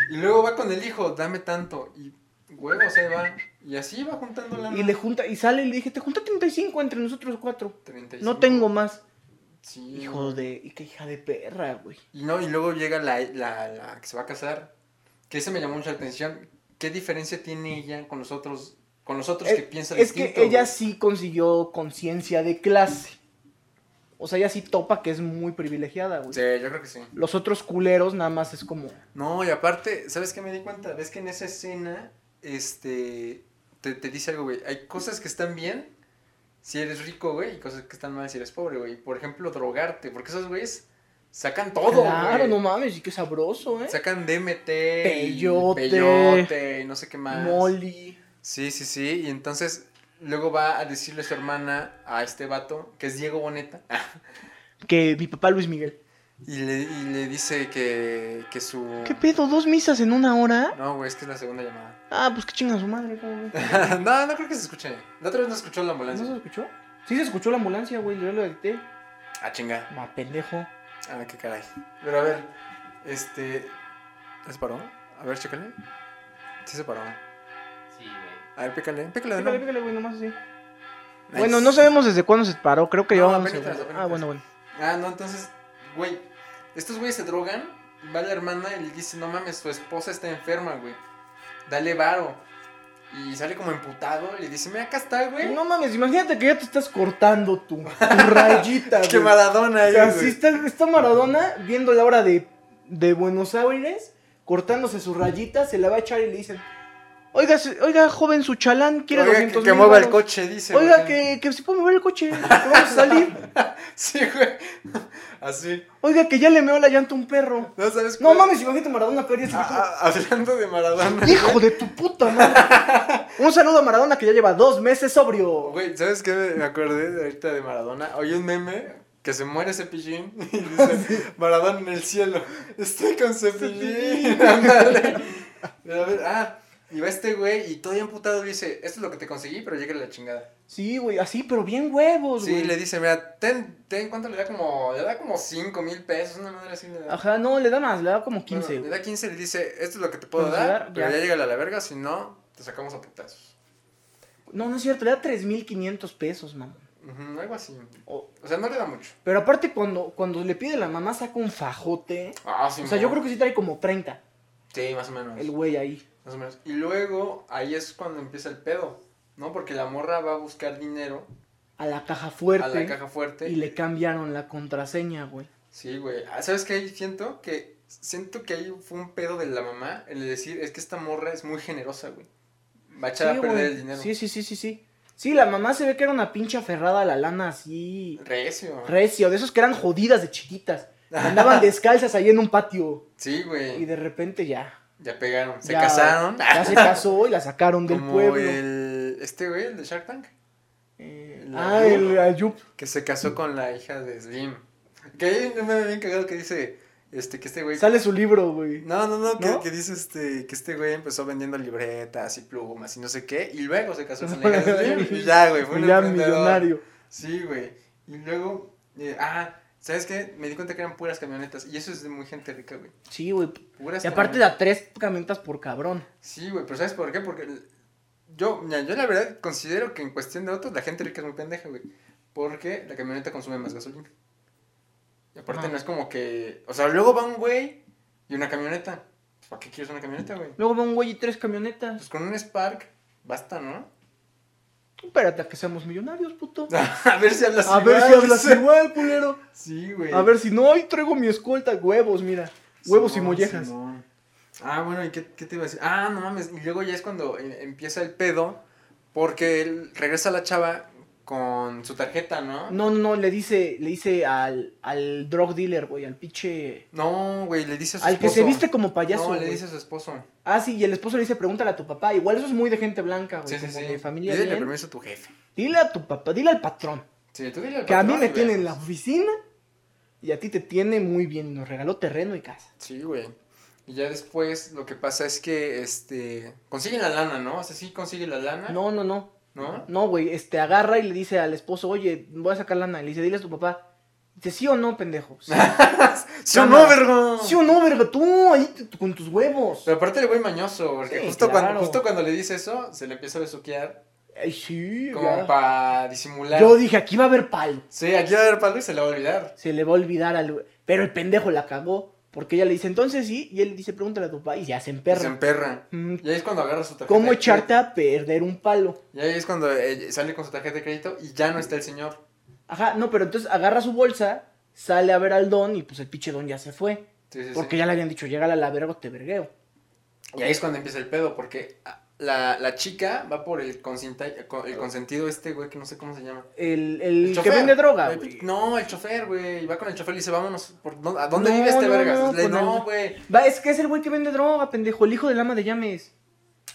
Y luego va con el hijo, dame tanto. Y huevos, ahí va. Y así va juntando la Y le junta, y sale y le dije, te junta 35 entre nosotros cuatro. 35. No tengo más. Pues Sí. Hijo de. Y qué hija de perra, güey. Y no, y luego llega la, la, la que se va a casar. Que ese me llamó mucho la atención. ¿Qué diferencia tiene ella con nosotros? Con nosotros que Eh, piensan Es que distinto, ella güey? sí consiguió conciencia de clase. O sea, ella sí topa que es muy privilegiada, güey. Sí, yo creo que sí. Los otros culeros nada más es como. No, y aparte, ¿sabes qué me di cuenta? Ves que en esa escena, este, te, te dice algo, güey. Hay cosas que están bien si eres rico, güey, y cosas que están mal si eres pobre, güey. Por ejemplo, drogarte, porque esos güeyes Sacan todo, Claro, güey. no mames, y qué sabroso, ¿eh? Sacan DMT, y Peyote. peyote, y no sé qué más. Molly. Sí, sí, sí. Y entonces luego va a decirle a su hermana, a este vato, que es Diego Boneta, Que mi papá Luis Miguel. y le, y le dice que, que su... ¿Qué pedo? ¿Dos misas en una hora? No, güey, es que es la segunda llamada. Ah, pues qué chinga su madre, cabrón. no, no creo que se escuche. La otra vez no escuchó la ¿No ambulancia. se escuchó? Sí se escuchó la ambulancia, güey, yo lo edité. Ah, chinga. Ma, pendejo. Ah, qué caray. Pero a ver, este... ¿ya ¿Se paró? A ver, chécale. Sí se paró. A Sí, güey. ver, pícale. Pícale de Pícale, nuevo. pícale, güey, nomás así. Nice. Bueno, no sabemos desde cuándo se paró, creo que No, llevamos... apenas, apenas. Ah, bueno, bueno. Ah, no, entonces, güey, estos güeyes se drogan, va la hermana y le dice, no mames, su esposa está enferma, güey. Dale varo. Y sale como emputado y le dice, mira, acá está, güey. No mames, imagínate que ya te estás cortando tu, tu rayita, que güey. Maradona, O sea, ya, así eh, güey. está, está Maradona viendo la hora de, de Buenos Aires, cortándose sus rayitas, se la va a echar y le dicen, oiga, se- oiga joven, su chalán quiere Oiga, que, 200 que mil mueva el varos". coche, dice. Oiga, güey. que, que si puedo mover el coche, que vamos a salir. Sí, güey. Así. Oiga, que ya le meó la llanta a un perro. No sabes No cuál- mames, imagínate Maradona que haría ese tipo. Ah, ah, hablando de Maradona. Hijo de tu puta madre. Un saludo a Maradona que ya lleva dos meses sobrio. Güey, ¿sabes qué? Me acordé de ahorita de Maradona. Oye, un meme que se muere ese pillín y Ah, dice, Maradona en el cielo, estoy con Cepillín. ándale". Pero a ver, ah, y va este güey y todo emputado dice, esto es lo que te conseguí, pero llega la chingada. Sí, güey, así, pero bien huevos, Sí, Pues, güey. le dice, mira, ten, ten, ¿cuánto le da? Como, le da como 5 mil pesos, una madre así. Le da. Ajá, no, le da más, le da como 15, Bueno, güey. le da 15 y le dice, esto es lo que te puedo ¿Puedes dar, dar? pero Ya. ya llega a la verga, si no, te sacamos a putazos. No, no es cierto, le da 3.500 pesos, mamá. Ujú, algo así. O- O sea, no le da mucho. Pero aparte, cuando, cuando le pide la mamá, saca un fajote. Ah, sí, O sea, yo creo que sí trae como 30 Sí, más o menos. el güey ahí. Más o menos. Y luego ahí es cuando empieza el pedo, ¿no? Porque la morra va a buscar dinero A la caja fuerte. a la caja fuerte. Y le cambiaron la contraseña, güey. Sí, güey. Ah, ¿Sabes qué? Ahí Siento que siento que ahí fue un pedo de la mamá el decir, es que esta morra es muy generosa, güey. Va a echar Sí, a perder güey. el dinero. Sí, sí, sí, sí, sí. Sí, la mamá se ve que era una pinche aferrada a la lana así. Recio. Recio, de esos que eran jodidas de chiquitas. que Andaban descalzas ahí en un patio. Sí, Y güey. de repente ya. Ya pegaron. Se ya- casaron. Ya se casó y la sacaron del Como pueblo. el este güey, el de Shark Tank, Eh, el ah, Ayub. el Ayub. que se casó con la hija de Slim. Que ahí me había cagado que dice este que este güey Sale su libro, güey. No, no, no, que, ¿No? que dice este, que este güey empezó vendiendo libretas y plumas y no sé qué, y luego se casó con la hija de Slim, y ya, güey, fue un Ya emprendedor. millonario. Sí, güey, y luego, eh, ah, ¿sabes qué? Me di cuenta que eran puras camionetas, y eso es de muy gente rica, güey, Sí, güey. puras Y aparte camionetas. da tres camionetas por cabrón. Sí, güey, pero ¿sabes por qué? Porque el- yo, mira, yo la verdad considero que en cuestión de autos la gente rica es muy pendeja, güey, porque la camioneta consume más gasolina. Y aparte Ah. no es como que, o sea, luego va un güey y una camioneta, pues, ¿para qué quieres una camioneta, güey? Luego va un güey y tres camionetas. Pues con un Spark basta, ¿no? Espérate a que seamos millonarios, puto. A ver si hablas A ver si igual, hablas dice. igual, culero. Sí, güey. A ver si no, hoy traigo mi escolta, huevos, mira. Huevos y Simón, mollejas. Simón. Ah, bueno, ¿y qué, qué te iba a decir? Ah, no mames. Y luego ya es cuando eh, empieza el pedo. Porque él regresa la chava con su tarjeta, ¿no? No, no, no, le dice, le dice al, al drug dealer, güey, al pinche. No, güey, le dice a su Al que esposo. se viste como payaso. No, le güey. dice a su esposo. Ah, sí, y el esposo le dice, pregúntale a tu papá. Igual eso es muy de gente blanca, güey. Sí, sí, como sí. de familia. Pídele bien. permiso a tu jefe. Dile a tu papá, dile al patrón. Sí, tú dile al Que a mí patrón me y tiene en la veamos. oficina y a ti te tiene muy bien. Nos regaló terreno y casa. Sí, güey. Y ya después lo que pasa es que, este... Consigue la lana, ¿no? O sea, sí consigue la lana. No, no, no. ¿No? No, güey, este agarra y le dice al esposo, oye, voy a sacar lana. Y le dice, dile a tu papá. Dice, sí o no, pendejo. Sí, ¡Sí o Cámara. no, vergo! Sí o no, verga, tú ahí te- con tus huevos. Pero aparte el güey mañoso, porque Sí, justo, claro. cuando, justo cuando le dice eso, se le empieza a besuquear Ay, sí, ya. como para disimular. Yo dije, aquí va a haber palo. Sí, aquí va a haber palo y se le va a olvidar. Se le va a olvidar al güey. Pero el pendejo la cagó. Porque ella le dice, entonces sí. Y él le dice, pregúntale a tu papá. Y se hace Se emperra. emperra. Mm, Y ahí es cuando agarra su tarjeta ¿Cómo de echarte a perder un palo? crédito. Y ahí es cuando eh, sale con su tarjeta de crédito y ya no está el señor. Ajá, no, pero entonces agarra su bolsa, sale a ver al don y pues el pinche don ya se fue. Sí, sí, sí. Porque ya le habían dicho, llegala a la verga o te vergueo. Y ahí es cuando empieza el pedo, porque ah, la, la chica va por el, consinta- con- el consentido este, güey, que no sé cómo se llama. El, El el que chofer. vende droga, El- güey. No, el chofer, güey. Y va con el chofer y dice, vámonos. ¿por dó- ¿A dónde No, vive este no, vergas? no, Le- con el- No, güey. Va, es que es el güey que vende droga, pendejo. El hijo del ama de llames.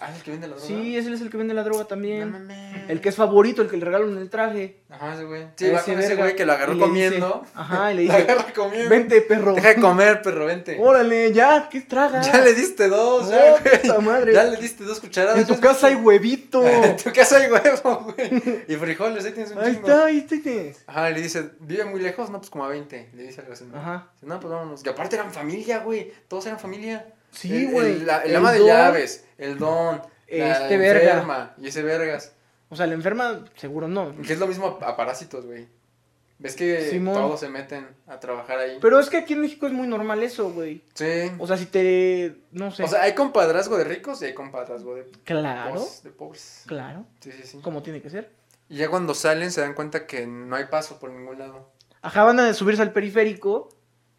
Ah, el que vende la droga. Sí, ese es el que vende la droga también. No mames. El que es favorito, el que le regalan el traje. Ajá, ese güey. Sí, A va con ese verga. güey que lo Y agarró le comiendo. dice- ajá, y le Lo dice, agarra comiendo. vente, perro. Deja de comer, perro, vente. Órale, ya, ¿qué tragas? Ya le diste dos, ya, Oh, güey. puta madre. Ya le diste dos cucharadas. En tu ya- casa hay huevito. En tu casa hay huevo, güey. Y frijoles, ahí tienes un ahí chingo. está, ahí tienes. Ajá, le dice, ¿vive muy lejos? No, pues como a 20. Le dice algo así. ¿no? Ajá. Dice, no, pues vámonos. Que aparte eran familia, güey. Todos eran familia. Sí, El- güey. El, la- el ama de don- llaves, el don, la Este verga. enferma y ese vergas. O sea, la enferma, seguro no. Que es lo mismo a, a parásitos, güey. Ves que Simón. todos se meten a trabajar ahí. Pero es que aquí en México es muy normal eso, güey. sí. O sea, si te. No sé. O sea, pues, hay compadrazgo de ricos y hay compadrazgo de, claro, pobres- de pobres. claro. Sí, sí, sí. Como tiene que ser. Y ya cuando salen se dan cuenta que no hay paso por ningún lado. Ajá, van a subirse al periférico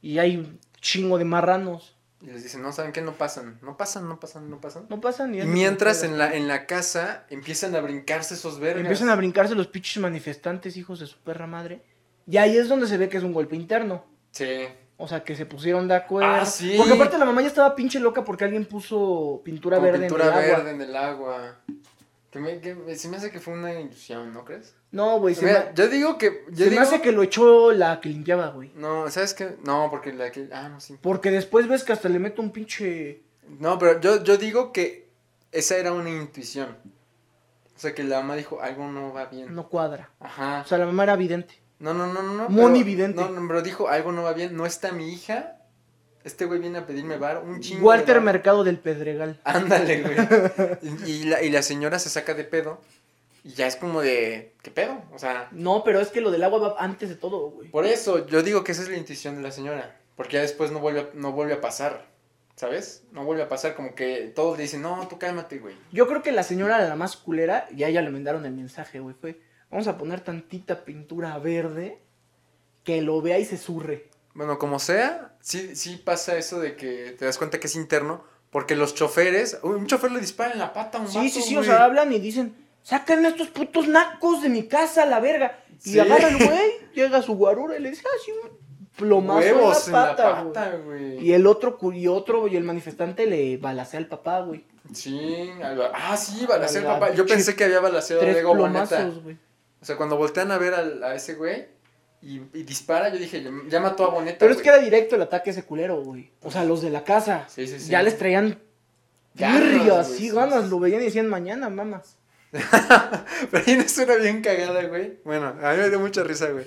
y hay un chingo de marranos. Y les dicen, no, ¿saben qué? No pasan, no pasan, no pasan, no pasan. No pasan ni Y mientras en la, en la casa empiezan a brincarse esos vergas. Empiezan a brincarse los pinches manifestantes, hijos de su perra madre. Y ahí es donde se ve que es un golpe interno. Sí. O sea, que se pusieron de acuerdo. Ah, sí. Porque aparte la mamá ya estaba pinche loca porque alguien puso pintura Con verde pintura en el verde agua. en el agua. Que me, que me- se me hace que fue una ilusión, ¿no crees? No, güey, se, Mira, me, yo digo que. Yo se me digo, hace que lo echó la que limpiaba, güey. No, ¿sabes qué? No, porque la que. Ah, no, sí. Porque después ves que hasta le meto un pinche... No, pero yo, yo digo que esa era una intuición. O sea, que la mamá dijo, algo no va bien. No cuadra. Ajá. O sea, la mamá era vidente. No, no, no, no. no Muy pero- evidente. No, no, pero dijo, algo no va bien. No está mi hija. Este güey viene a pedirme bar, un chingo. de Walter varo. Mercado del Pedregal. Ándale, güey. Y, y la, y la señora se saca de pedo. Y ya es como de, ¿qué pedo? O sea, No, pero es que lo del agua va antes de todo, güey. por eso yo digo que esa es la intuición de la señora. Porque ya después no vuelve, a- no vuelve a pasar. ¿Sabes? No vuelve a pasar. Como que todos le dicen, no, tú cálmate, güey. Yo creo que la señora, la más culera, ya ella le mandaron el mensaje, güey. Fue, vamos a poner tantita pintura verde que lo vea y se surre. Bueno, como sea, sí, sí pasa eso de que te das cuenta que es interno. Porque los choferes, uy, un chofer le dispara en la pata a un Sí, vato, sí, sí, o güey. sea, hablan y dicen, sacan a estos putos nacos de mi casa, la verga. Y Sí. agarra el güey, llega a su guarura y le dice, ah, sí, un plomazo Huevos en la pata, güey. güey. Y el otro, cu- y otro, y el manifestante le balacea al papá, güey. Sí, al ba- ah, sí, balacero, Al papá. Yo pinche pensé que había balacero de Tres Diego Boneta. plomazos, güey. O sea, cuando voltean a ver al- a ese güey y, y dispara, yo dije, ya- ya mató a Boneta. Pero es güey. que era directo el ataque ese culero, güey. O sea, los de la casa. Sí, sí, sí. Ya les traían Ganas, virria, güey, sí, sí, ganas. sí. Lo veían y decían mañana, mamas. Pero ahí no suena bien cagada, güey. Bueno, a mí me dio mucha risa, güey.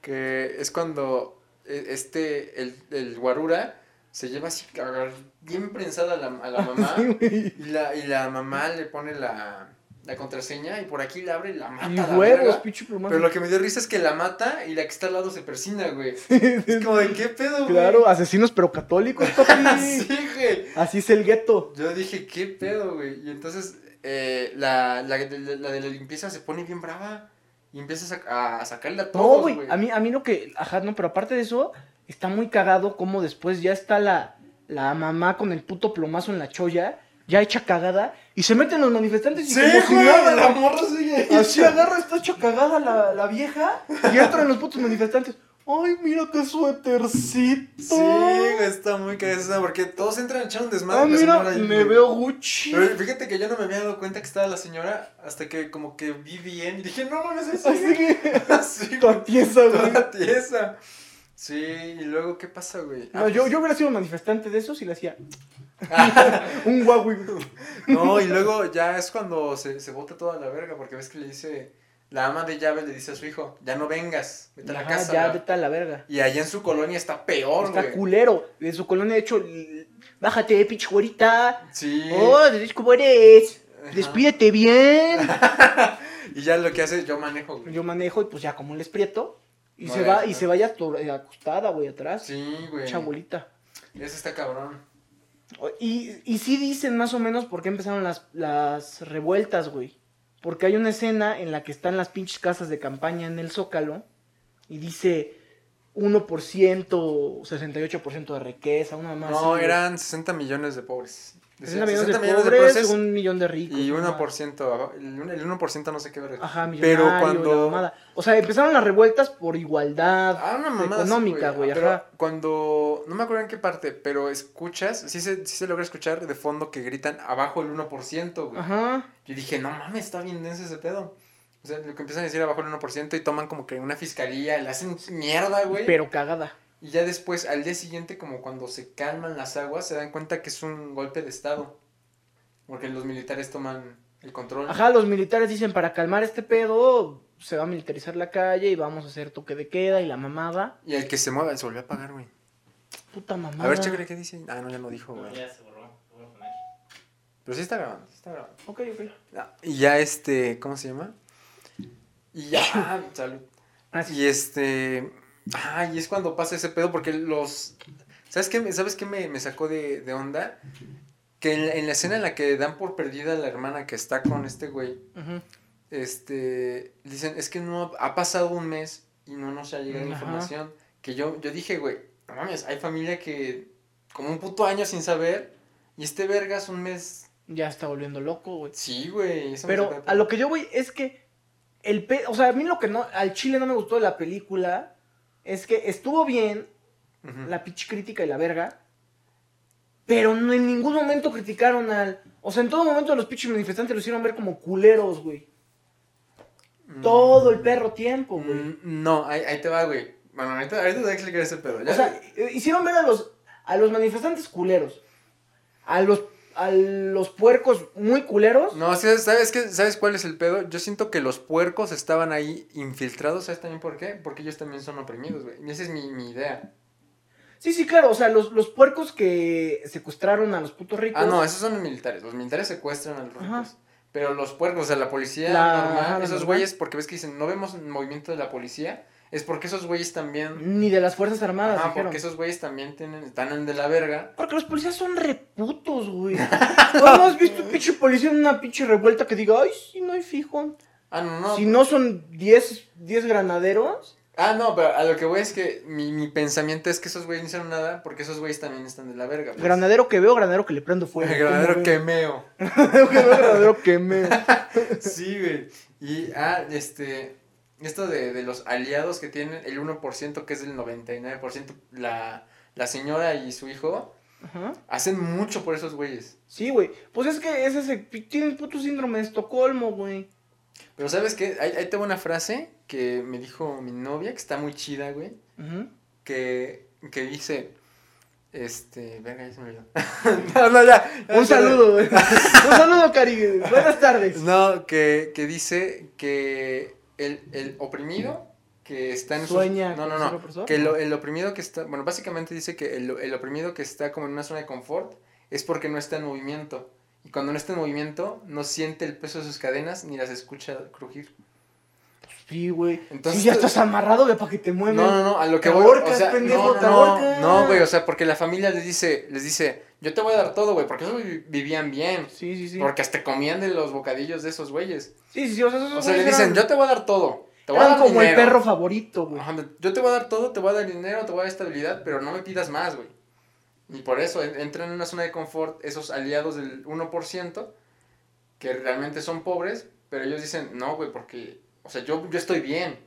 Que es cuando eh, este, el, el guarura se lleva así, cagar- bien prensada a la, a la mamá. Ah, Sí, güey. y, la, y la mamá le pone la, la contraseña y por aquí la abre y la mata. Y a la huevos, verga. pinche Pero lo plumazo. que me dio risa es que la mata y la que está al lado se persina, güey. Es como de qué pedo, güey. Claro, asesinos pero católicos, papi. sí, güey. Así es el gueto. Yo dije, qué pedo, güey. Y entonces eh, la, la, de- la, de la limpieza se pone bien brava y empieza a, sac- a- a sacarle a No, todos, güey, a mí, a mí lo que, ajá, no, pero aparte de eso, está muy cagado como después ya está la, la mamá con el puto plomazo en la cholla, ya hecha cagada, y se meten los manifestantes y Sí, como si güey, nada, la morra sigue ahí. Así agarra, está hecha cagada la, la vieja y entran los putos manifestantes. Ay, mira qué suétercito. Sí, güey, está muy cabezona porque todos entran a echar un desmadre. Ah, la mira, señora Eh. ahí, me güey. veo Gucci. Pero fíjate que yo no me había dado cuenta que estaba la señora hasta que como que vi bien y dije, no mames, es Así que, así, toda tiesa, güey. toda tiesa. Sí, y luego, ¿qué pasa, güey? Ah, No, yo, yo hubiera sido un manifestante de esos y le hacía Ah, un Huawei. No, y luego ya es cuando se, se bota toda la verga, porque ves que le dice, la ama de llaves le dice a su hijo, ya no vengas, vete a la Ajá, casa. Ah, ya, ¿no? vete a la verga. Y allá en su colonia está peor, Está güey. culero. De su colonia, de hecho, l- bájate, pinche güerita. Sí. Oh, de cómo eres. Ajá. Despídete bien. Y ya lo que hace, yo manejo, güey. Yo manejo y pues ya como el esprieto. Y No se le va, hace, y ¿no? se vaya ator- eh, acostada, güey, atrás. Sí, güey. Pinche abuelita. Eso está cabrón. Y, y sí dicen más o menos por qué empezaron las, las revueltas, güey. Porque hay una escena en la que están las pinches casas de campaña en el Zócalo y dice 1%, 68% de riqueza, una más. No, eran 60 millones de pobres. De 60 millones de 60 millones de pobres, pobres un millón de ricos. Y no 1%, abajo, el un- el 1% no sé qué verga. Ajá, millonario, Pero la cuando mamada. O sea, empezaron las revueltas por igualdad Ah, una mamada así, Ah, económica, güey, Pero ajá. cuando, no me acuerdo en qué parte, pero escuchas, sí se, sí se logra escuchar de fondo que gritan abajo el 1%, güey. Ajá. Yo dije, no mames, está bien denso ese pedo. O sea, lo que empiezan a decir abajo el 1% y toman como que una fiscalía, le hacen mierda, güey. Pero cagada. Y ya después, al día siguiente, como cuando se calman las aguas, se dan cuenta que es un golpe de estado. Porque los militares toman el control. Ajá, los militares dicen, para calmar este pedo, se va a militarizar la calle y vamos a hacer toque de queda y la mamada. Y el que se mueva se volvió a pagar, güey. Puta mamada. A ver, chévere, ¿qué dice? Ah, no, ya no dijo, güey. Ya se borró. se borró Fnac. Pero sí está grabando, sí está grabando. Ok, ok. Ah, Y ya este, ¿cómo se llama? Y ya, salud. Ah, sí. Y este, ah, y es cuando pasa ese pedo porque los, ¿sabes qué? me- ¿Sabes qué me, me sacó de, de onda? Que en la, en la escena en la que dan por perdida a la hermana que está con este güey, Ujú. este, dicen, es que no, ha pasado un mes y no nos ha llegado Ajá. información. Que yo, yo dije, güey, no mames, hay familia que como un puto año sin saber y este vergas un mes, Ya está volviendo loco, güey. sí, güey. eso me sacó de Pero a pedo. lo que yo voy es que el pe... O sea, a mí lo que no... Al chile no me gustó de la película es que estuvo bien Ujú. la pitch crítica y la verga. Pero no, en ningún momento criticaron al. O sea, en todo momento los pinches manifestantes lo hicieron ver como culeros, güey. Mm. Todo el perro tiempo, güey. Mm, No, ahí, ahí te va, güey. Bueno, ahorita, ahorita te voy a explicar ese pedo. Ya, O sea, eh, hicieron ver a los, a los manifestantes culeros. A los, a los puercos muy culeros. No, sí, ¿sabes, qué? ¿sabes cuál es el pedo? Yo siento que los puercos estaban ahí infiltrados. ¿Sabes también por qué? Porque ellos también son oprimidos, güey. Y esa es mi, mi idea. Sí, sí, claro. O sea, los, los puercos que secuestraron a los putos ricos. Ah, no, esos son los militares. Los militares secuestran a los ricos. Ajá. Pero los puercos, o sea, la policía La- normal, ajá, la esos normal. güeyes, porque ves que dicen, no vemos movimiento de la policía, es porque esos güeyes también. Ni de las Fuerzas Armadas, Ah, dijeron. porque esos güeyes también tienen, están de la verga. Porque los policías son reputos, güey. ¿Cuándo has visto un pinche policía en una pinche revuelta que diga, ay, sí, no hay fijón? Ah, no, no. Si no son 10 10 granaderos. Ah, no, pero a lo que voy es que mi, mi pensamiento es que esos güeyes no hicieron nada porque esos güeyes también están de la verga. pues. Granadero que veo, granadero que le prendo fuego. El granadero ¿Cómo ven? quemeo. Granadero que veo, granadero que me. Sí, güey. Y, ah, este. Esto de, de los aliados que tienen, el 1%, que es el 99%, la, la señora y su hijo, Ajá. hacen mucho por esos güeyes. Sí, güey. Pues es que es ese. Tiene el puto síndrome de Estocolmo, güey. Pero, ¿sabes qué? Ahí, ahí tengo una frase que me dijo mi novia, que está muy chida, güey. Ujú. Que, que dice. Este. Verga, ya se me olvidó. no, no, ya. ya Un se me- saludo, güey. Un saludo, Cari. Buenas tardes. No, que, que dice que el, el oprimido que está en sus- Sueña no, no, con ser no. opresor. Que lo- el oprimido que está. Bueno, básicamente dice que el, el oprimido que está como en una zona de confort es porque no está en movimiento. Y cuando no está en movimiento, no siente el peso de sus cadenas ni las escucha crujir. Sí, güey. Entonces- si ya estás amarrado, güey, para que te No, muevan. no, no, a lo que Te voy. ahorcas, o sea, pendejo, no, te no, no, ahorcas. no, güey, o sea, porque la familia les dice, les dice, yo te voy a dar todo, güey, porque ellos vi- vivían bien. Sí, sí, sí. Porque hasta comían de los bocadillos de esos güeyes. Sí, sí, sí. O sea, esos O sea, le güeyes dicen, eran- yo te voy a dar todo. Te voy a eran dar como el dinero". Ah, perro favorito, güey. Ajá, yo te voy a dar todo, te voy a dar dinero, te voy a dar estabilidad, pero no me pidas más, güey. Y por eso en- entran en una zona de confort esos aliados del 1% que realmente son pobres, pero ellos dicen, no, güey, porque, o sea, yo, yo estoy bien.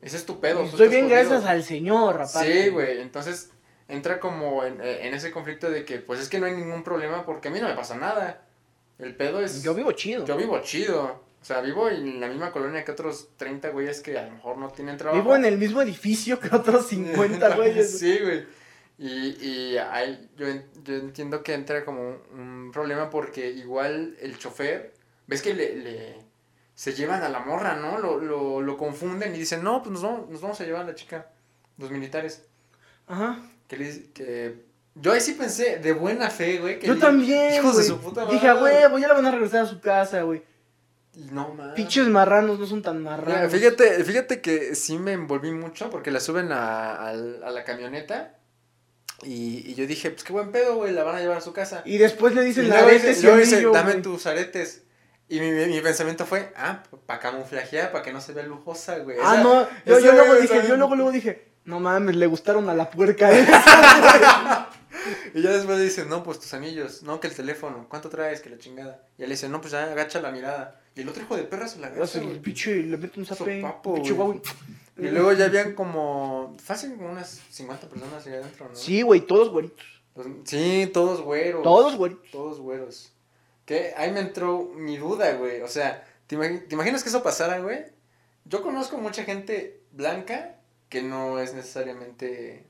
Ese es tu pedo. tú Estoy estás bien jodido". gracias al señor, rapaz. Sí, güey, entonces entra como en, eh, en ese conflicto de que, pues es que no hay ningún problema porque a mí no me pasa nada. El pedo es... Yo vivo chido. Yo vivo chido. O sea, vivo en la misma colonia que otros 30 güeyes que a lo mejor no tienen trabajo. Vivo en el mismo edificio que otros 50 güeyes. sí, güey. Y, y hay- yo, en- yo entiendo que entra como un, un problema porque igual el chofer, ves que le, le- se llevan a la morra, ¿no? Lo, lo, lo confunden y dicen, no, pues nos vamos, nos vamos a llevar a la chica, los militares. Ajá. Que, les- que yo ahí sí pensé, de buena fe, güey. Que Yo di- también. Hijos de güey. su puta Dije, "A madre". huevo, ya la van a regresar a su casa, güey. Y no mames. Pinches marranos no son tan Mira, marranos. fíjate, fíjate que sí me envolví mucho porque la suben a, al- a la camioneta y, y yo dije, pues qué buen pedo, güey, la van a llevar a su casa. Y después le dicen, la luego dice- vete, luego dice, Cielillo, dame güey". tus aretes. Y mi, mi- mi pensamiento fue, ah, para camuflajear, para que no se vea lujosa, güey. Ah, Esa- no. Yo, esa yo era luego mi dije, yo pensamiento. luego, luego dije, no mames, le gustaron a la puerca. esa". Y ya después le dicen, no, pues tus anillos, no, que el teléfono, ¿cuánto traes? Que la chingada. Y él le dice, no, pues ya agacha la mirada. Y el otro hijo de perra se la agacha. El güey. pinche le mete un zape. Sopapo, pinche güey. guau. Y luego ya habían como, fácil, como unas 50 personas allá adentro, ¿no? Sí, güey, todos güeritos. Los- Pues, sí, todos güeros. Todos güeritos. Todos güeros. Que ahí me entró mi duda, güey. O sea, ¿te, imag- te imaginas que eso pasara, güey? Yo conozco mucha gente blanca que no es necesariamente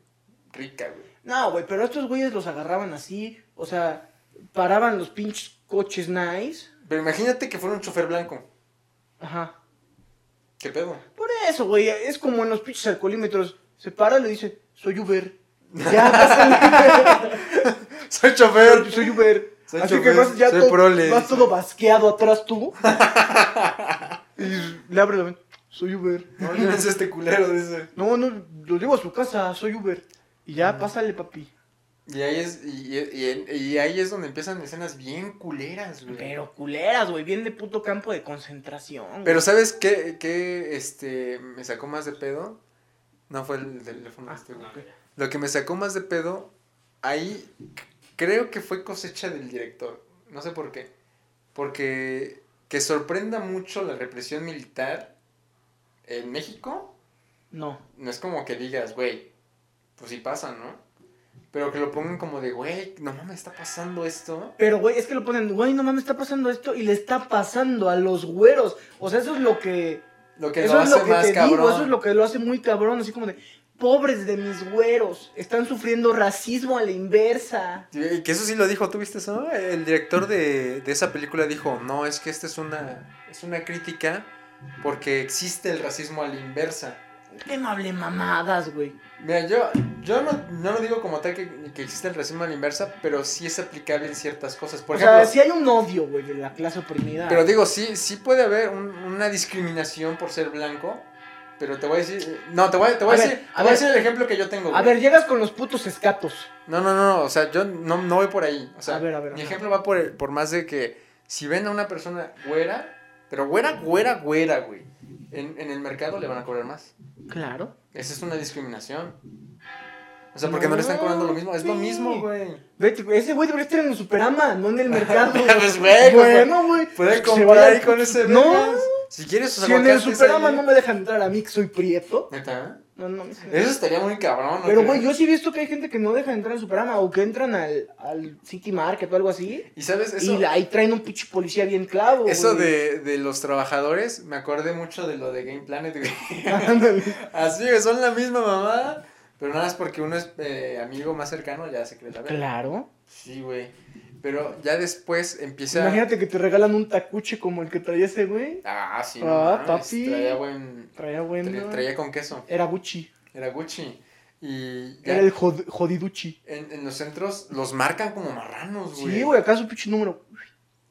rica, güey. No, güey, pero estos güeyes los agarraban así. O sea, paraban los pinches coches nice. Pero imagínate que fuera un chofer blanco. Ajá. ¿Qué pedo? Por eso, güey, es como en los pinches alcoholímetros. Se para y le dice, soy Uber. Ya, pásale. Soy chofer. soy, soy Uber. Soy Así chofer, que vas ya soy todo, prole, vas dice. todo basqueado atrás tú. y le abre la ventana, soy Uber. No, yo no sé este culero, dice. No, no, lo llevo a su casa, soy Uber. Y ya, Ah. pásale, papi. Y ahí es, y, y- y- y ahí es donde empiezan escenas bien culeras, güey. Pero culeras, güey, bien de puto campo de concentración. güey. Pero ¿sabes qué, qué este, me sacó más de pedo? No fue el teléfono de este güey. Lo que me sacó más de pedo, ahí c- creo que fue cosecha del director. No sé por qué. Porque que sorprenda mucho la represión militar en México, No. no es como que digas, güey, pues sí pasa, ¿no? Pero que lo pongan como de, güey, no mames, está pasando esto. Pero, güey, es que lo ponen, güey, no mames, está pasando esto y le está pasando a los güeros. O sea, eso es lo que... Lo que eso lo es hace lo que más te cabrón. digo, eso es lo que lo hace muy cabrón, así como de, pobres de mis güeros, están sufriendo racismo a la inversa. Y que eso sí lo dijo, ¿tú viste eso? El director de, de esa película dijo, no, es que esta es una, es una crítica porque existe el racismo a la inversa. Que no hable mamadas, güey. Mira, yo, yo no, no lo digo como tal que, que existe el racismo a la inversa, pero sí es aplicable en ciertas cosas. Por o sea, ejemplo, si hay un odio, güey, de la clase oprimida. pero digo, sí, sí puede haber un- una discriminación por ser blanco, pero te voy a decir... eh, No, te voy, a- te voy a, A ver, decir, a te voy a ver. decir el ejemplo que yo tengo. a güey. ver, llegas con los putos escatos. No, no, no, no, o sea, yo no, no voy por ahí. O sea, A ver, a ver, mi ajá. ejemplo va por, el- por más de que si ven a una persona güera, pero güera, güera, güera, güey, en, en el mercado le van a cobrar más. Claro. Esa es una discriminación. O sea, porque no, le están No, cobrando lo mismo, es lo sí. mismo, güey. Vete, güey, ese güey debería estar en el Superama, no en el mercado. Pues, güey, bueno, güey. Puede Se comprar vaya al ahí con ese No. vergas. Si quieres, sus Si en el aguacates Superama ahí. no me dejan entrar a mí, que soy prieto. ¿Neta? No, no, no. Eso estaría muy cabrón, ¿no Pero, crees? güey, yo sí he visto que hay gente que no deja entrar al Superama o que entran al, al City Market o algo así. ¿Y sabes eso? Y la- ahí traen un pinche policía bien clavo. Eso güey. de, de los trabajadores, me acordé mucho de lo de Game Planet, güey. Ándale. Así que son la misma mamada, pero nada es porque uno es eh, amigo más cercano, ya se cree la verdad. claro. Sí, güey. Pero ya después empieza. Imagínate que te regalan un tacuche como el que traía ese güey. Ah, sí. Ah, no mames, papi. Traía buen. Traía bueno. tra- traía con queso. Era Gucci. Era Gucci. Y ya Era el jod- jodiduchi. en, en los centros los marcan como marranos, güey. Sí, güey, acá su pinche número.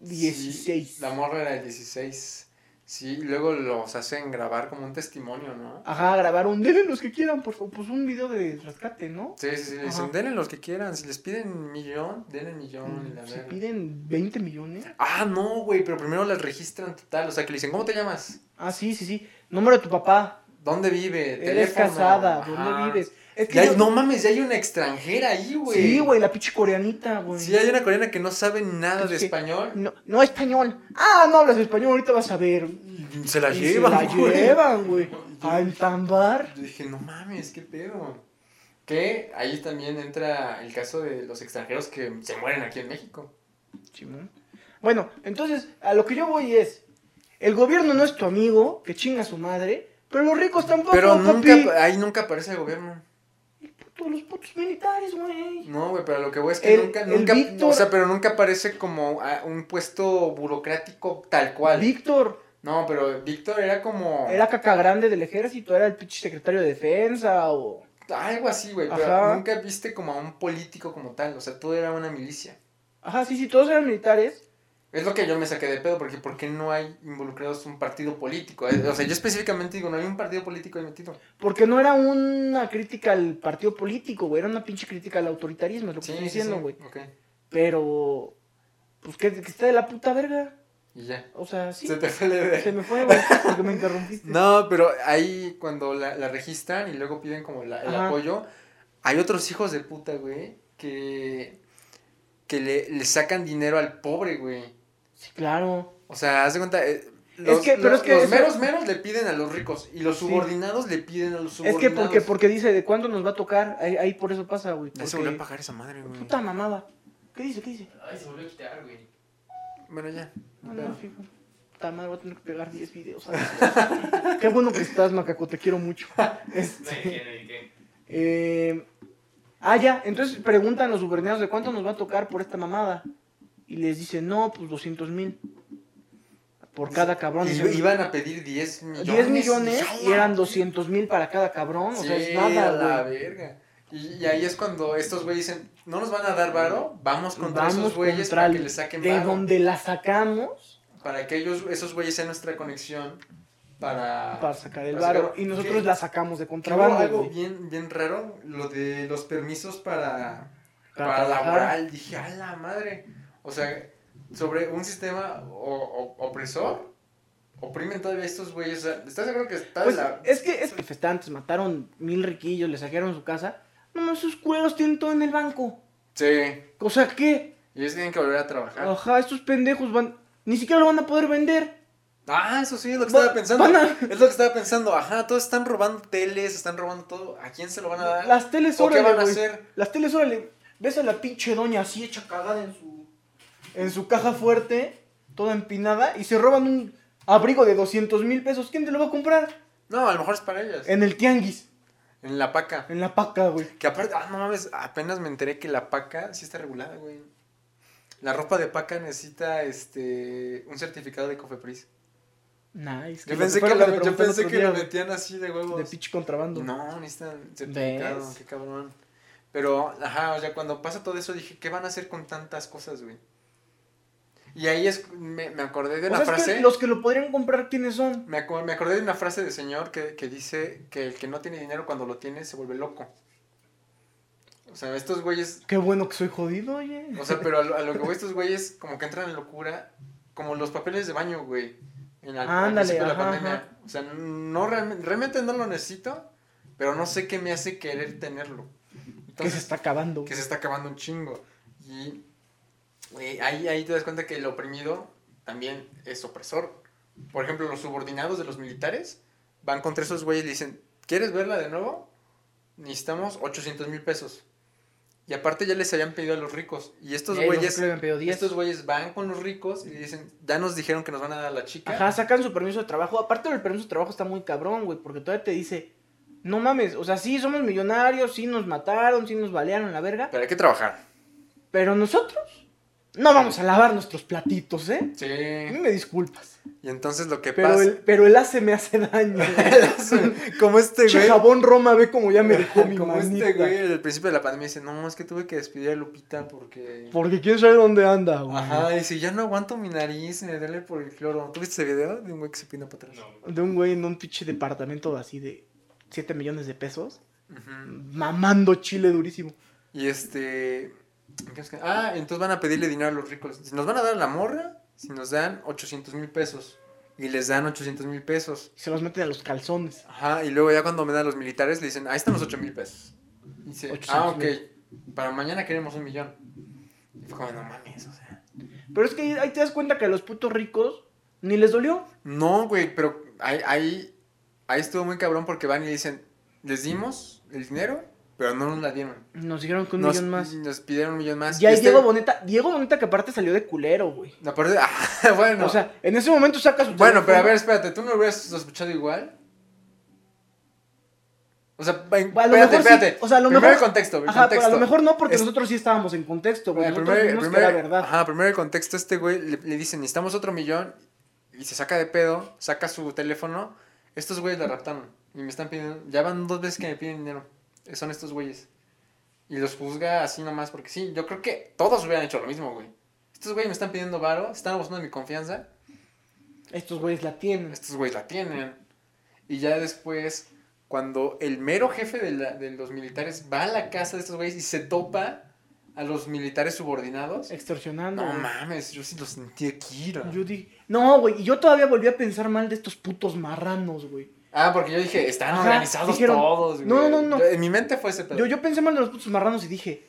Sí, 16. la morra era el 16. Sí, y luego los hacen grabar como un testimonio, ¿no? Ajá, grabaron. Denle los que quieran, por favor. Pues un video de rescate, ¿no? Sí, sí, sí. le Dicen, Ajá. denle los que quieran. Si les piden millón, denle millón. y la Se verga. Mm, piden 20 millones. Ah, no, güey, pero primero las registran total. O sea, que le dicen, ¿cómo te llamas? Ah, sí, sí, sí. Número de tu papá. ¿Dónde vive? Eres Teléfono. casada. Ajá. ¿Dónde vives? Es Ya hay- yo- no mames, ya hay una extranjera ahí, güey. Sí, güey, la pinche coreanita, güey. Sí, hay una coreana que no sabe nada de Sí. español. No, no español. Ah, no hablas español, ahorita vas a ver. Y Se la Y llevan, se la güey. llevan, güey. Al tambar. Yo dije, no mames, qué pedo. Que ahí también entra el caso de los extranjeros que se mueren aquí en México. Simón. Bueno, entonces, a lo que yo voy es: el gobierno no es tu amigo, que chinga a su madre, pero los ricos tampoco, Pero papi. nunca, ahí nunca aparece el gobierno. Puto, los putos militares, güey. No, güey, pero lo que voy es que El- nunca, el nunca, Víctor- o sea, pero nunca aparece como ah, un puesto burocrático tal cual. Víctor No, pero Víctor era como era caca grande del ejército, era el pinche secretario de defensa o. algo así, güey, pero Ajá. nunca viste como a un político como tal, o sea, todo era una milicia. Ajá, sí, sí, todos eran militares. Es lo que yo me saqué de pedo, porque ¿por qué no hay involucrados un partido político? Eh, O sea, yo específicamente digo, no hay un partido político ahí metido. Porque no era una crítica al partido político, güey. Era una pinche crítica al autoritarismo, es lo que estoy diciendo, güey. Ok, Pero, pues que, que está de la puta verga. y ya. O sea, sí. Se Se, te fue la idea. me fue, güey, porque me interrumpiste. No, pero ahí cuando la, la registran y luego piden como la- el Ajá. apoyo, hay otros hijos de puta, güey, que, que le, le sacan dinero al pobre, güey. Sí, claro. O sea, haz de cuenta. eh, los, que- pero los- es que los eso- meros meros le piden a los ricos y los Sí. subordinados le piden a los Es que subordinados. porque, porque dice, ¿de cuándo nos va a tocar? Ahí, ahí por eso pasa, güey. Ya se porque- volvió a pagar esa madre, güey. Puta mamada. ¿Qué dice? ¿Qué dice? Ay, se volvió a quitar, güey. Bueno, ya. No, Pero- no, fijo. Puta madre, voy a tener que pegar 10 videos. ¿sabes? Qué bueno que estás, macaco, te quiero mucho. No hay Este, que, no hay que. eh, ah, ya, entonces preguntan los subordinados de cuánto nos va a tocar por esta mamada. Y les dicen, no, pues 200 mil. Por cada cabrón. Y- O sea, iban a pedir 10 millones. 10 millones y ¡Hala! eran 200 mil para cada cabrón. o sea, Sí, es a la nada, güey. verga. Y, y ahí es cuando estos güeyes dicen, no nos van a dar varo, vamos contra esos güeyes contra para el- que les saquen De varo. donde la sacamos Para que ellos, esos güeyes sean nuestra conexión para... para sacar el para sacar- varo. Y nosotros ¿Qué? la sacamos de Que hubo contrabando. algo güey. bien, bien raro, lo de los permisos para, Para para trabajar. laboral. Dije, a la madre. O sea, sobre un sistema o- o- opresor, oprimen todavía estos güeyes. O sea, ¿estás seguro que está de Pues, la... es que es que manifestantes mataron mil riquillos, le saquearon su casa. No, no, esos culeros tienen todo en el banco. Sí, O sea, ¿qué? y ellos tienen que volver a trabajar. Ajá, estos pendejos van. Ni siquiera lo van a poder vender. Ah, eso sí, es lo que Va- estaba pensando. van a- Es lo que estaba pensando. Ajá, todos están robando teles, están robando todo. ¿A quién se lo van a dar? Las teles, Ah. ¿O qué órale, van a güey. hacer? Las teles, órale. Ves a la pinche doña así hecha cagada en su. En su caja fuerte, toda empinada, y se roban un abrigo de 200 mil pesos. ¿Quién te lo va a comprar? No, a lo mejor es para ellas. En, En el tianguis, la paca. en la paca, güey. Que aparte, ah, no mames, apenas me enteré que la paca sí está regulada, güey. La ropa de paca necesita este un certificado de Cofepris. Nice. Yo pensé que, la- yo pensé que lo metían así de huevos. De pinche contrabando. No, necesitan certificado, ¿Ves? qué cabrón. Pero, ajá, o sea, cuando pasa todo eso dije, ¿qué van a hacer con tantas cosas, güey? Y ahí es, me, me acordé de O una sea, es que frase, los que lo podrían comprar, ¿quiénes son? me, acu- me acordé de una frase de señor que, que dice que el que no tiene dinero cuando lo tiene se vuelve loco. O sea, estos güeyes, Qué bueno que soy jodido, oye. o sea, pero a lo, a lo que voy, estos güeyes como que entran en locura, como los papeles de baño, güey. En la, al Ándale, principio de la ajá, pandemia. ajá. O sea, no, realmente, realmente no lo necesito, pero no sé qué me hace querer tenerlo. que se Entonces, está acabando. que se está acabando un chingo. Y eh, ahí, ahí te das cuenta que el oprimido también es opresor. Por ejemplo, los subordinados de los militares van contra esos güeyes y le dicen, ¿quieres verla de nuevo? Necesitamos 800 mil pesos. Y aparte ya les habían pedido a los ricos. Y estos güeyes... y estos güeyes van con los ricos y le dicen, ya nos dijeron que nos van a dar a la chica. Ajá, sacan su permiso de trabajo. Aparte del permiso de trabajo está muy cabrón, güey, porque todavía te dice, no mames, o sea, sí somos millonarios, sí nos mataron, sí nos balearon la verga, Pero hay que trabajar. pero nosotros no vamos a lavar nuestros platitos, ¿eh? Sí. A mí me disculpas, Y entonces lo que pero pasa... el, pero el hace me hace daño. Como este Che, güey... jabón Roma, ve como ya me dejó mi Como manita. este güey, al principio de la pandemia dice, no, es que tuve que despedir a Lupita porque... Porque quién sabe dónde anda, güey. Ajá, dice, ya no aguanto mi nariz, me duele por el cloro. ¿Tuviste ese video de un güey que se pina para atrás? No, güey. De un güey en un pinche departamento así de 7 millones de pesos, Ujú. mamando chile durísimo. Y este... ¿qué es que- Ah, entonces van a pedirle dinero a los ricos. Si nos van a dar la morra, si nos dan 800 mil pesos. Y les dan 800 mil pesos. Y se los meten a los calzones. Ajá, y luego ya cuando me dan los militares le dicen, ahí están los 8 mil pesos. Y dice, 800 ah, ok, para mañana queremos un millón. Y fue como, no mames, o sea... Pero es que ahí- ahí te das cuenta que a los putos ricos ni les dolió. No, güey, pero ahí, ahí, ahí estuvo muy cabrón porque van y dicen, les dimos el dinero, pero no nos la dieron. Nos dijeron que un nos, millón más. Nos pidieron un millón más. Ya Y es este- Diego Boneta. Diego Boneta que aparte salió de culero, güey. No, pero- ah, bueno, O sea, en ese momento sacas su bueno, pero a ver, teléfono. espérate, ¿tú no lo hubieras sospechado igual? O sea, en- A lo espérate, mejor sí, espérate. o sea, a lo primero mejor- el contexto, el Ajá, pero a contexto. lo mejor no porque Es- nosotros sí estábamos en contexto, güey. Bueno, Nosotros primero- vimos que primero- era verdad. Ajá, primero el contexto, este güey le, le dicen, necesitamos otro millón, y se saca de pedo, saca su teléfono, estos güeyes la raptaron, y me están pidiendo, ya van dos veces que me piden dinero, eh, son estos güeyes. Y los juzga así nomás, porque sí, yo creo que todos hubieran hecho lo mismo, güey. Estos güeyes me están pidiendo varo, están abusando de mi confianza, Estos güeyes la tienen. estos güeyes la tienen. Y ya después, cuando el mero jefe de, la- de los militares va a la casa de estos güeyes y se topa a los militares subordinados. Extorsionando. No güey. mames, yo sí lo sentí aquí. ¿no? Yo dije, no, güey, y yo todavía volví a pensar mal de estos putos marranos, güey. Ah, porque yo dije, están Ajá, organizados dijeron, todos, güey. no, no, no. Yo- en mi mente fue ese pedo. Yo, yo pensé mal de los putos marranos y dije,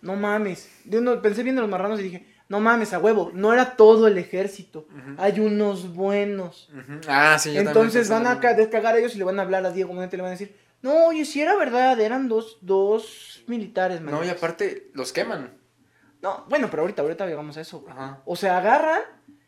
no mames. Yo no, pensé bien en los marranos y dije, no mames, a huevo, no era todo el ejército. Ujú. Hay unos buenos. Ujú. Ah, sí, yo también Entonces pensé van lo a mismo. ca- descagar a ellos y le van a hablar a Diego Bonete y le van a decir, no, oye, si era verdad, eran dos, dos militares, man. No, y aparte, los queman. No, bueno, pero ahorita, ahorita llegamos a eso, güey. Ajá. O sea, agarran,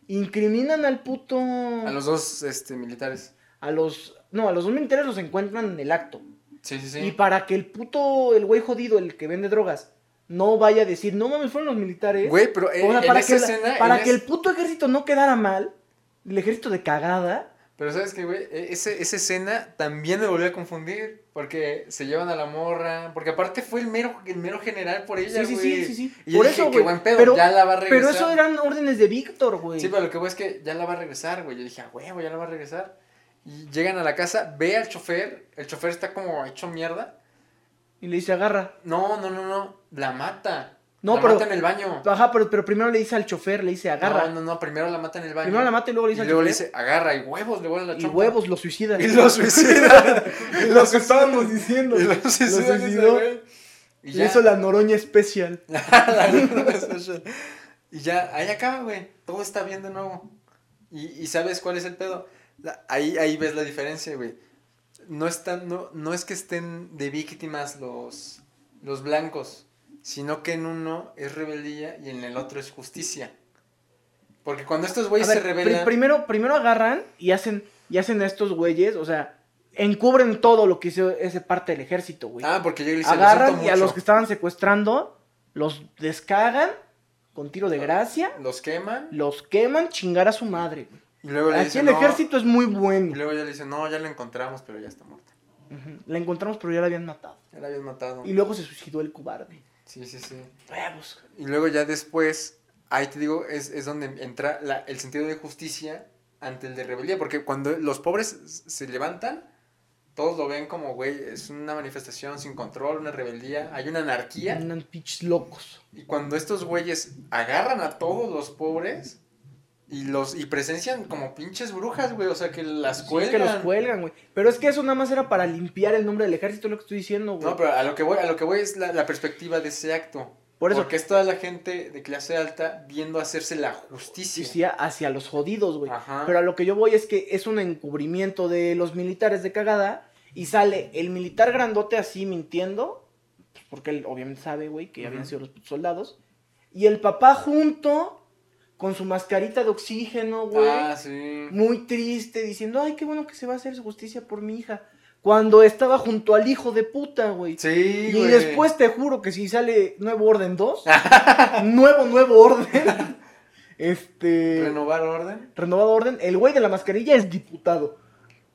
incriminan al puto. A los dos este, militares. a los- No, a los dos militares los encuentran en el acto. Sí, sí, sí. Y para que el puto, el güey jodido, el que vende drogas, no vaya a decir, no mames, fueron los militares. Güey, pero eh, O sea, en para, esa que, la- escena. para en que es- el puto ejército no quedara mal, el ejército de cagada. Pero sabes que, güey, E- ese- esa escena también me volvió a confundir. Porque se llevan a la morra. Porque aparte fue el mero, el mero general por ella, Sí, güey. sí, sí, sí, sí. Y yo Por dije, eso, qué güey. buen pedo, Pero, ya la va a regresar. pero eso eran órdenes de Víctor, güey. Sí, pero lo que voy es que ya la va a regresar, güey. Yo dije, a huevo, ya la va a regresar. Y llegan a la casa, ve al chofer. El chofer está como hecho mierda. Y le dice, agarra. No, no, no, no. La mata. No, la pero- mata en el baño. Ajá, pero, pero primero le dice al chofer, le dice, agarra. No, no, no. Primero la mata en el baño. primero la mata y luego le Y dice al luego le chofer. dice, agarra y huevos, le vuelan la y chompa. huevos, lo suicida. Y lo suicida. y lo que estábamos suicida. diciendo. Y lo Lo suicida ese suicidó. güey. Y Le ya. hizo la noroña especial. La neta es eso. y ya, ahí acaba, güey. Todo está bien de nuevo. Y, y sabes cuál es el pedo. La- ahí, ahí ves la diferencia, güey. No, están, no, no es que estén de víctimas los, los blancos, sino que en uno es rebeldía y en el otro es justicia. Porque cuando estos güeyes A Pues, se ver, pri- rebelan... primero, primero agarran y hacen, y hacen a estos güeyes, o sea, encubren todo lo que hizo ese parte del ejército, güey. Ah, porque yo le agarran y a los que estaban secuestrando, los descagan con tiro Ah. de gracia, Los queman. los queman, chingar a su madre. güey. Y luego le Aquí dicen, el "No". ejército es muy Y bueno. luego ya le dicen, no, ya la encontramos, pero ya está muerta. Ujú, La encontramos, pero ya la habían matado. Ya la habían matado. Y luego se suicidó el cobarde. Sí, sí, sí. Huevos. Y luego ya después, ahí te digo, es, es donde entra la- el sentido de justicia ante el de rebeldía. Porque cuando los pobres se levantan, todos lo ven como, güey, es una manifestación sin control, una rebeldía, hay una anarquía. Andan pinches locos. Y cuando estos güeyes agarran a todos los pobres y los y presencian como pinches brujas, güey, o sea, que las Sí, es que cuelgan. los cuelgan, güey. Pero es que eso nada más era para limpiar el nombre del ejército, es lo que estoy diciendo, güey. No, pero a lo que voy, a lo que voy es la, la perspectiva de ese acto. Por eso. Porque es toda la gente de clase alta viendo hacerse la justicia. justicia hacia los jodidos, güey. Ajá. Pero a lo que yo voy es que es un encubrimiento de los militares de cagada y sale el militar grandote así mintiendo, pues, porque él obviamente sabe, güey, que Ujú. habían sido los putos soldados, y el papá junto con su mascarita de oxígeno, güey, Ah, sí. muy triste, diciendo, ay, qué bueno que se va a hacer justicia por mi hija, cuando estaba junto al hijo de puta, güey. Sí, Y güey. después te juro que si sale Nuevo Orden 2, nuevo, nuevo orden, este... ¿Renovar orden? Renovado Orden, el güey de la mascarilla es diputado.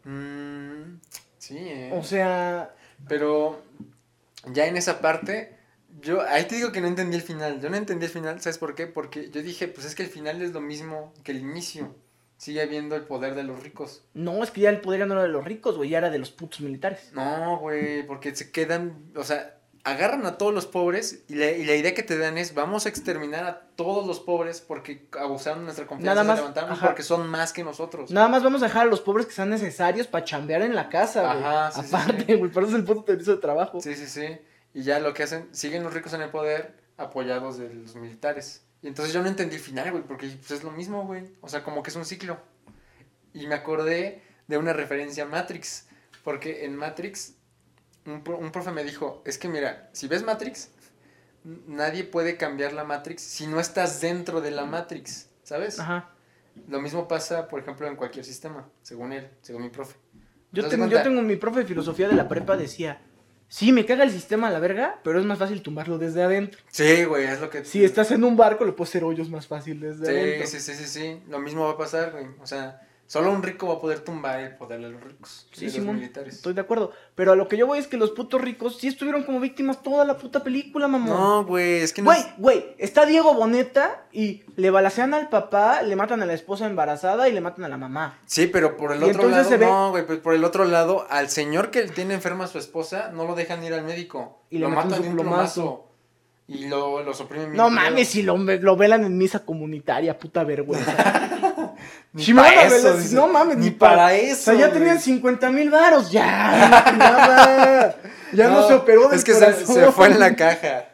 Mm, sí, eh. O sea, Pero ya en esa parte, yo ahí te digo que no entendí el final. Yo no entendí el final, ¿sabes por qué? Porque yo dije, pues es que el final es lo mismo que el inicio. Sigue habiendo el poder de los ricos. no, es que ya el poder ya no era de los ricos, güey, ya era de los putos militares. No, güey, porque se quedan, o sea, agarran a todos los pobres y la, y la idea que te dan es vamos a exterminar a todos los pobres porque abusaron de nuestra confianza, Nada se más, levantaron ajá. porque son más que nosotros. Nada más vamos a dejar a los pobres que sean necesarios para chambear en la casa, güey. Ajá, sí, sí, Aparte, sí. güey, pero es el puto permiso de trabajo. Sí, sí, sí. Y ya lo que hacen, siguen los ricos en el poder apoyados de los militares. Y entonces yo no entendí el final, güey, porque pues, es lo mismo, güey. O sea, como que es un ciclo. Y me acordé de una referencia a Matrix, porque en Matrix un, pro- un profe me dijo, es que mira, si ves Matrix, n- nadie puede cambiar la Matrix si no estás dentro de la Matrix, ¿sabes? Ajá. Lo mismo pasa, por ejemplo, en cualquier sistema, según él, según mi profe. ¿Te Yo, das tengo, yo cuenta? tengo mi profe de filosofía de la prepa decía, sí, me caga el sistema a la verga, pero es más fácil tumbarlo desde adentro. Sí, güey, es lo que... Si estás en un barco, lo puedes hacer hoyos más fácil desde adentro. Sí, sí, sí, sí, sí. Lo mismo va a pasar, güey. O sea, solo un rico va a poder tumbar el poder de los ricos. Sí, de los Simón, militares. estoy de acuerdo. Pero a lo que yo voy es que los putos ricos sí estuvieron como víctimas toda la puta película, mamón. No, güey, es que no. Güey, güey, está Diego Boneta y le balacean al papá, le matan a la esposa embarazada y le matan a la mamá. Sí, pero por el Y otro entonces lado. se ve- No, güey, pues por el otro lado, al señor que tiene enferma a su esposa, no lo dejan ir al médico. Y Y le lo meten matan su de un plomazo. plomazo. Y lo, lo suprimen. No bien mames, culero. si lo, lo velan en misa comunitaria, puta vergüenza. Ni si me para van a eso, velar, dice. no mames, Ni ni pa- para O eso. sea, ya güey. tenían 50 mil varos, ya. Nada. Ya no, se operó del Es que se, corazón. se fue en la caja.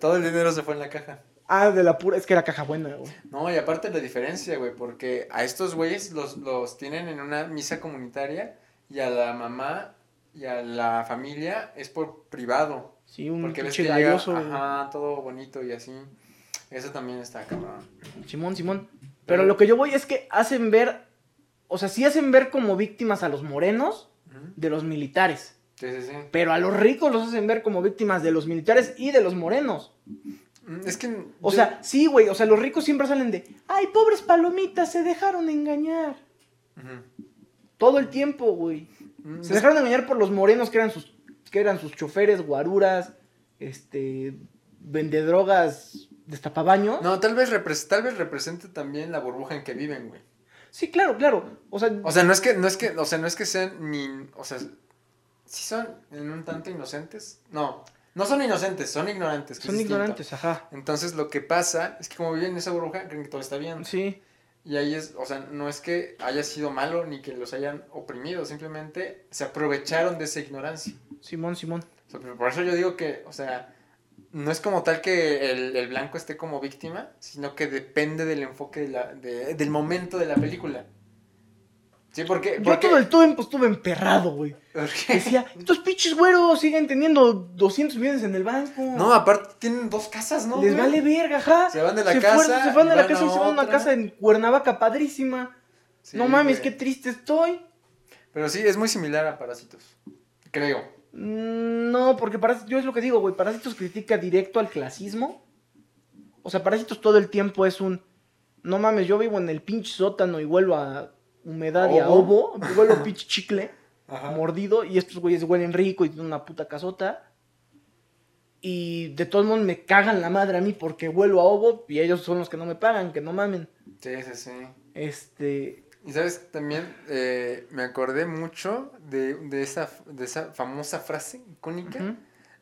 Todo el dinero se fue en la caja. Ah, de la pura. Es que era caja buena, güey. No, y aparte la diferencia, güey, porque a estos güeyes los, los tienen en una misa comunitaria y a la mamá y a la familia es por privado. Sí, un porque ves pinche que llega, galloso. güey. ajá, todo bonito y así. Eso también está cabrón. Simón, Simón. Pero lo que yo voy es que hacen ver. O sea, sí hacen ver como víctimas a los morenos Ujú. de los militares. Sí, sí, sí. Pero a los ricos los hacen ver como víctimas de los militares y de los morenos. Mm, Es que. O yo- sea, sí, güey. O sea, los ricos siempre salen de. ¡Ay, pobres palomitas! Se dejaron engañar. Ujú. Todo el tiempo, güey. Mm, Se es- dejaron engañar por los morenos que eran sus, que eran sus choferes, guaruras, este, vendedrogas, destapabaños. No, tal vez, repres- tal vez represente también la burbuja en que viven, güey. Sí, claro, claro. O sea, O sea, no es que, no es que, o sea, no es que sean ni, o sea, sí son en un tanto inocentes. No, no son inocentes, son ignorantes. que es son distinto. ignorantes, ajá. Entonces lo que pasa es que como viven en esa burbuja, creen que todo está bien. Sí, Y ahí es, o sea, no es que haya sido malo ni que los hayan oprimido, simplemente se aprovecharon de esa ignorancia. Simón, Simón. O sea, pero por eso yo digo que, o sea, no es como tal que el, el blanco esté como víctima, sino que depende del enfoque de la- de- del momento de la película. Sí, porque... Yo porque todo el tiempo estuve emperrado, güey. porque- Decía, estos pinches güeros siguen teniendo 200 millones en el banco. No, aparte tienen dos casas, ¿no? Les güey? vale verga, ajá. Se van de la fueron- casa se fueron de y la van casa y a se van a una otra. casa en Cuernavaca padrísima. Sí, no mames, güey. qué triste estoy. Pero sí, es muy similar a Parásitos, creo. Mm, No, porque Parásitos, yo es lo que digo, güey, Parásitos critica directo al clasismo. O sea, Parásitos todo el tiempo es un, no mames, yo vivo en el pinche sótano y vuelvo a humedad y a Obo. obo, y vuelvo a pinche chicle Ajá. mordido y estos güeyes huelen rico y tienen una puta casota. Y de todos modos me cagan la madre a mí porque vuelvo a obo y ellos son los que no me pagan, que no mamen. Sí, sí, sí. Este, Y sabes, también eh, me acordé mucho de, de, esa, de esa famosa frase icónica ujú,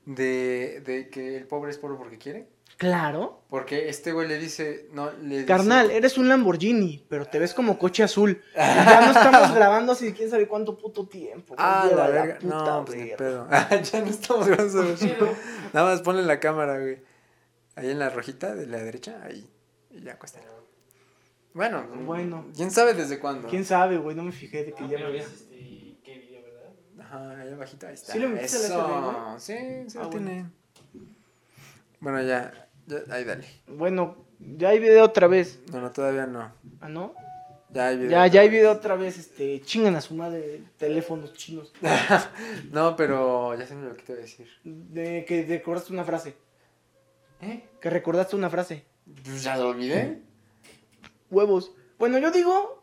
de, de que el pobre es pobre porque quiere. claro. Porque este güey le dice, no, le dice- Carnal, eres un Lamborghini, pero te ves como coche azul. Y Ya no estamos grabando así, quién sabe cuánto puto tiempo. güey. Ah, eh, Lleva la verga. puta No, pues ni verga. pedo. ya no estamos grabando. güey. Nada más ponle la cámara, güey. Ahí en la rojita de la derecha, ahí. Y ya cuesta. Bueno, Bueno. ¿Quién sabe desde cuándo? Quién sabe, güey, no me fijé de que No, ya pero me- ves, este, qué video, ¿verdad? Ajá, ahí abajito, ahí está. ¿Sí lo metiste al SD, Eso. güey? Sí, sí lo Ah, bueno. tiene. Bueno, ya, ya, ahí dale. Bueno, ya hay video otra vez. No, no, todavía no. Ah, ¿no? Ya hay video. Ya, ya hay video otra vez, este, chingan a su madre teléfonos chinos. No, pero ya se me lo quité de decir. De que recordaste una frase. ¿Eh? Que recordaste una frase. Pues ya lo olvidé. Huevos. Bueno, yo digo,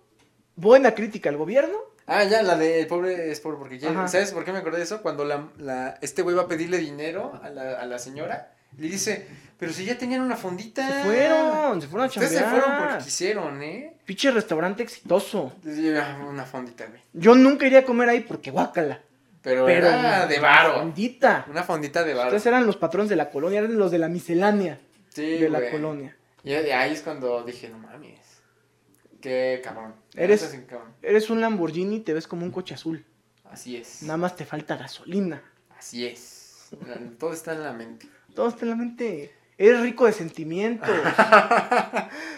buena crítica al gobierno. Ah, ya, la de el pobre es pobre porque quiere. Ajá. ¿Sabes por qué me acordé de eso? Cuando la, la, este güey va a pedirle dinero a la, a la señora, le dice, pero si ya tenían una fondita. Se fueron, se fueron a Ustedes chambear. se fueron porque quisieron, ¿eh? Pinche restaurante exitoso. Entonces, ya, Una fondita, güey. Yo nunca iría a comer ahí porque guácala. Pero, Pero era de varo. Bandita. Una fondita de varo. Ustedes eran los patrones de la colonia, eran los de la miscelánea Sí, de la güey. colonia. Y ahí es cuando dije, no mames. Qué cabrón. Eres- Estás en cabrón. Eres un Lamborghini, te ves como un coche azul. Así es. Nada más te falta gasolina. Así es. La- Todo está en la mente. Todo está en la mente. Eres rico de sentimientos.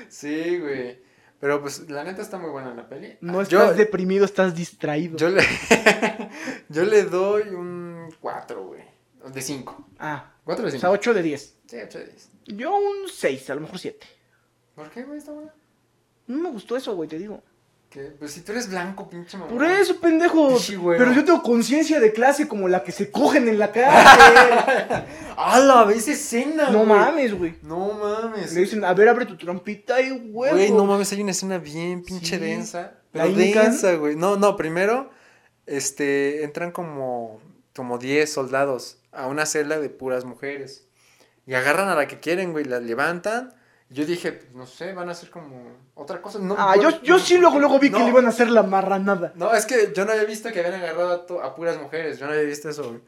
sí, güey. Pero pues la neta está muy buena la peli. No Ah, yo- estás deprimido, estás distraído. Yo le, yo le doy un 4, güey. De 5. Ah, 4 de o sea, 5. 8 de 10. Sí, 8 de 10. Yo un 6, a lo mejor 7. ¿Por qué, güey? Está buena. No me gustó eso, güey, te digo. ¿Qué? Pues si tú eres blanco, pinche mamá. Por eso, pendejo. Sí, güey. Pero yo tengo conciencia de clase como la que se cogen en la calle. ¡Hala! ¿Ves escena, no güey! mames, Ah, güey. No mames. Le dicen, a ver, abre tu trompita y huevo. Güey, no mames, hay una escena bien pinche Sí. densa. ¿La Pero hincan? densa, güey. No, no, primero, este, entran como, como 10 soldados a una celda de puras mujeres. Y agarran a la que quieren, güey, la levantan. Yo dije, pues, no sé, van a hacer como otra cosa. No, Ah, yo, yo sí luego, luego vi que No. le iban a hacer la marranada. No, es que yo no había visto que habían agarrado a, to- a puras mujeres. Yo no había visto eso, güey.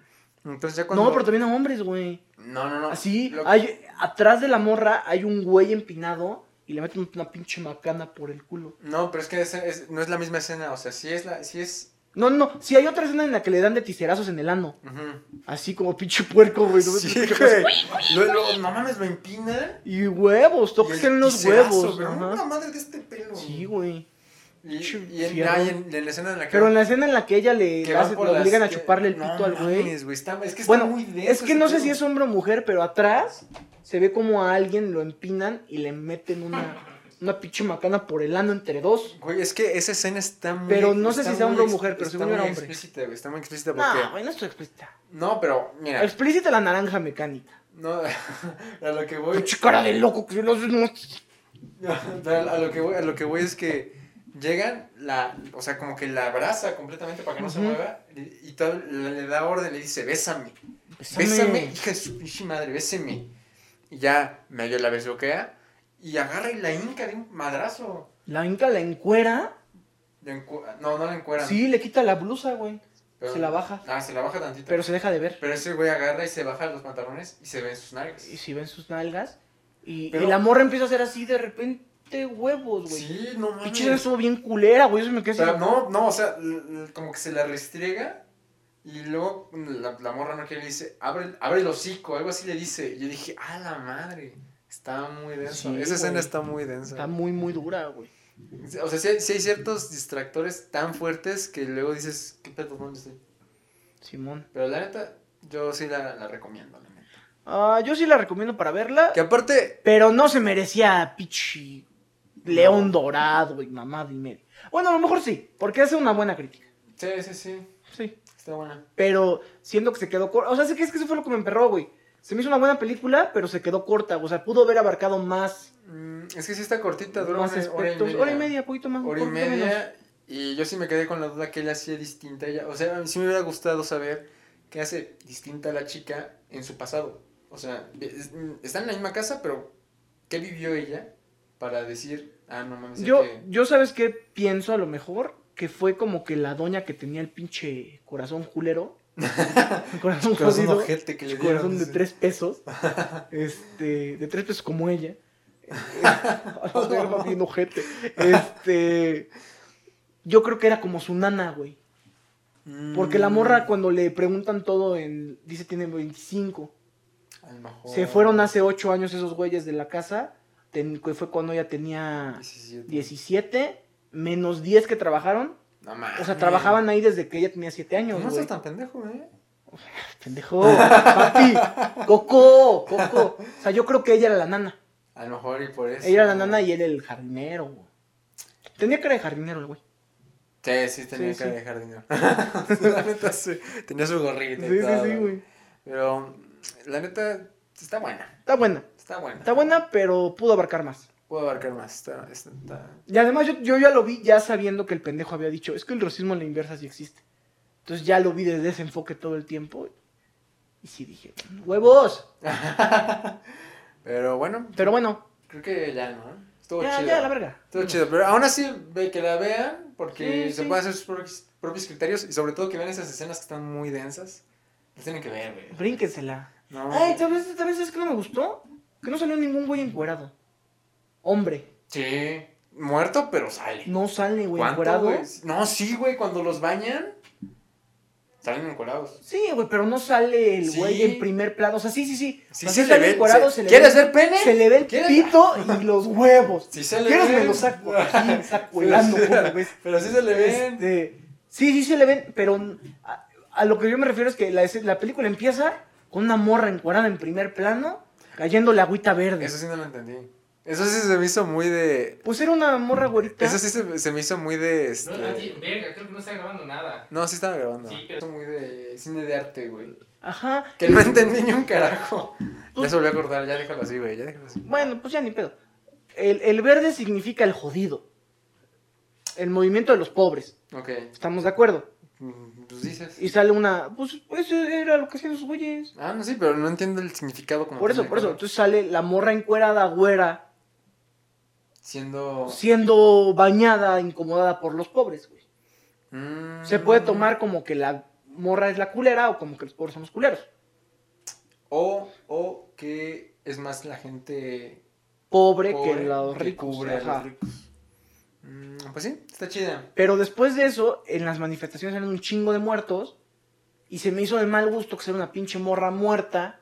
Entonces ya cuando... No, pero ¿Ah, también a hombres, güey. No, no, no. Así, Lo- hay, atrás de la morra hay un güey empinado y le meten una pinche macana por el culo. No, pero es que esa es- no es la misma escena. O sea, sí es la... Sí es No, no, si hay otra escena en la que le dan de ticerazos en el ano. Así como pinche puerco, güey. ¿no? Sí, güey. Luego, luego, no mames, lo empina. Y huevos, y toquen el los ticerazo, huevos. Pero ajá. una madre de este pelo. Sí, güey. Y, y en, Fierro. ah, y en- en la escena en la que. Pero en la escena en la que ella le, que le van hace- por le las- obligan a que- chuparle el no pito al güey. mames, Está, es que está Bueno, muy denso es que ese no sé pedo. si es hombre o mujer, pero atrás se ve como a alguien lo empinan y le meten una, una pinche macana por el ano entre dos. Güey, es que esa escena está muy. Pero no sé está si sea muy hombre o ex- mujer, pero está según yo era muy hombre. explícita, güey. Está muy explícita porque. No, güey, no estoy explícita. No, pero, mira. Explícita la naranja mecánica. No, a lo que voy. Pinche cara de loco que los... A lo que voy, a lo que voy es que llegan, la, o sea, como que la abraza completamente para que no se Ujú. mueva y, y todo- le, le da orden, le dice, bésame, Bésame. bésame, hija de su pinche madre, bésame. Y ya medio la besoquea y agarra y la hinca de un madrazo. La inca la encuera. La encu- No, no la encueran. Sí, le quita la blusa, güey. pero- se la baja. Ah, se la baja tantito. Pero Pero, se deja de ver. ese güey agarra y se baja los pantalones y se ven sus nalgas. Y si ven sus nalgas. Y, y Pero- la morra empieza a hacer así de repente huevos, güey. Sí, no mames. Pinche eso bien culera, güey. Eso me quedé así. Pero no, no, o sea, l- l- como que se la restriega y luego la, la morra no quiere le dice, abre, abre el hocico, algo así le dice. Y yo dije, a la madre, está muy denso. Sí, Esa escena güey. está muy densa. Está muy, muy dura, güey. O sea, sí hay, sí hay ciertos distractores tan fuertes que luego dices, ¿qué pedo dónde estoy? Simón. Pero la neta, yo sí la, la recomiendo, la neta. Ah, yo sí la recomiendo para verla. Que aparte, Pero no se merecía a Pichi León Dorado y mamá y medio. Bueno, a lo mejor sí, porque hace una buena crítica. sí, sí, sí, Sí. está buena. Pero siento que se quedó corta. O sea, sí que es que eso fue lo que me emperró, güey. Se me hizo una buena película, pero se quedó corta. O sea, pudo haber abarcado más, Mm, es que sí está cortita, dura más una hora y aspectos. media. Hora y media, poquito más. Hora y poquito menos. media. Y yo sí me quedé con la duda que él hacía distinta. a Ella. O sea, a mí sí me hubiera gustado saber qué hace distinta la chica en su pasado. O sea, es- está en la misma casa, pero ¿qué vivió ella para decir, ah, no mames, Yo, que... yo sabes qué pienso a lo mejor que fue como que la doña que tenía el pinche corazón culero. el corazón corazón jodido, ojete que le el dieron, corazón de dice. tres pesos. Este, de tres pesos como ella. A la verga, bien ojete. Este, yo creo que era como su nana, güey. Mm, Porque la morra cuando le preguntan todo en dice tiene 25. A lo mejor- Se fueron hace 8 años esos güeyes de la casa. ten- que fue cuando ella tenía 17. 17 menos 10 que trabajaron. No mames. O sea, trabajaban ahí desde que ella tenía No 7 años, güey. estás tan pendejo, ¿eh? Pendejo, papi, coco, coco. O sea, yo creo que ella era la nana. A lo mejor y por eso. Ella era la nana y él el jardinero, güey. Tenía cara de jardinero el güey. Sí, sí, tenía Sí, que sí. dejar dinero. la neta, sí. Tenía su gorrito. y todo, Pero, la neta, está buena. Está buena, Está buena. está buena, pero pudo abarcar más. Puedo abarcar más. Está, está, está- Y además yo, yo ya lo vi ya sabiendo que el pendejo había dicho, es que el racismo en la inversa sí existe. Entonces ya lo vi desde ese enfoque todo el tiempo. Y sí dije, huevos. Pero bueno, Pero bueno, creo que ya, ¿no? Estuvo ya, chido. ya, la verga. Estuvo chido. Pero aún así, ve que la vean, porque Sí, se sí. pueden hacer sus propios, propios criterios y sobre todo que vean esas escenas que están muy densas. Las tienen que ver, güey. Brínquensela. No. Ay, ¿sabes, ¿sabes es que no me gustó? Que no salió ningún güey encuerado. Hombre, Sí. Muerto, pero sale. no sale güey ¿Cuánto, encuerado. güey? No, sí, güey. Cuando los bañan, salen encuerados. Sí, güey, pero no sale el Sí. güey en primer plano. O sea, sí, sí, sí. Sí, O sea, se le sale ve. encuerado, se- se le ¿Quieres ve- ver pene? Se le ve el ¿Quieres- pito y los huevos. Sí se le ¿Quieres ven. me lo saco aquí, sacuelando como ves? Pero sí se le ven. Este, sí, sí se le ven, pero a, a lo que yo me refiero es que la, escena- la película empieza con una morra encuadrada en primer plano, cayendo la agüita verde. Eso sí no lo entendí. Eso sí se me hizo muy de. Pues era una morra güerita. Eso sí se, se me hizo muy de. No, no, Este... sí, verga, creo que no está grabando nada. No, sí estaba grabando. Sí, pero- Hizo muy de cine de arte, güey. Ajá. Que no entendí ni un carajo. Ya se volvió a acordar, ya déjalo así, güey. Ya déjalo así. Bueno, pues ya ni pedo. El, el verde significa el jodido. El movimiento de los pobres. Ok. ¿Estamos de acuerdo? Mm, Pues dices. Y sale una. Pues eso era lo que hacían los güeyes. Ah, no, sí, pero no entiendo el significado como. Por eso, tal, por eso. ¿no? Entonces sale la morra encuerada, güera, Siendo. siendo bañada, incomodada por los pobres, güey. Mm. Se puede tomar como que la morra es la culera o como que los pobres son los culeros. O, o que es más la gente Pobre, pobre que los que ricos. cubre a ajá. los ricos. Mm, pues sí, está chida. Pero después de eso, en las manifestaciones eran un chingo de muertos. Y se me hizo de mal gusto que sea una pinche morra muerta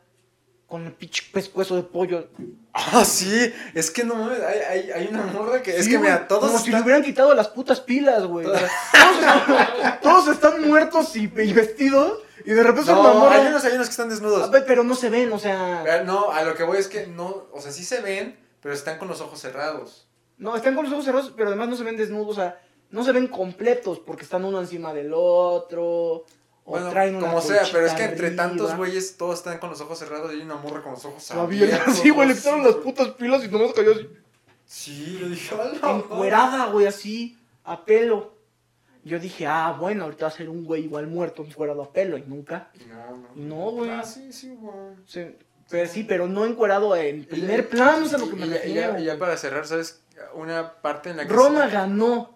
con el pinche pescuezo de pollo. Ah, sí, es que no mames, hay, hay, hay una morra que. es Sí, que güey, mira, todos. Como si le están- hubieran quitado las putas pilas, güey. O sea, Todos, están- todos están muertos y, y vestidos. Y de repente una No, morra. hay unos, hay unos que están A desnudos. ver, Pero no se ven, o sea. Ah, No, a lo que voy es que no. O sea, sí se ven, pero están con los ojos cerrados. No, están con los ojos cerrados, pero además no se ven desnudos, o sea, no se ven completos porque están uno encima del otro. O Bueno, traen una como sea, pero es colchita que entre arriba. tantos güeyes todos están con los ojos cerrados y hay una morra con los ojos Abierta, abiertos. Sí, güey, le quitaron las putas pilas y nomás cayó así. Sí, yo dije, "Ala, madre". Encuerada, güey, así, a pelo. Yo dije, ah, bueno, ahorita va a ser un güey igual muerto, encuerado a pelo, y nunca. No, no. No, güey. Ah, sí, sí, güey. Se- pero sí, pero no encuerado en Y- primer plano, es a lo que me y ya- y refiero. ya, y ya para cerrar, ¿sabes? Una parte en la que. Roma ganó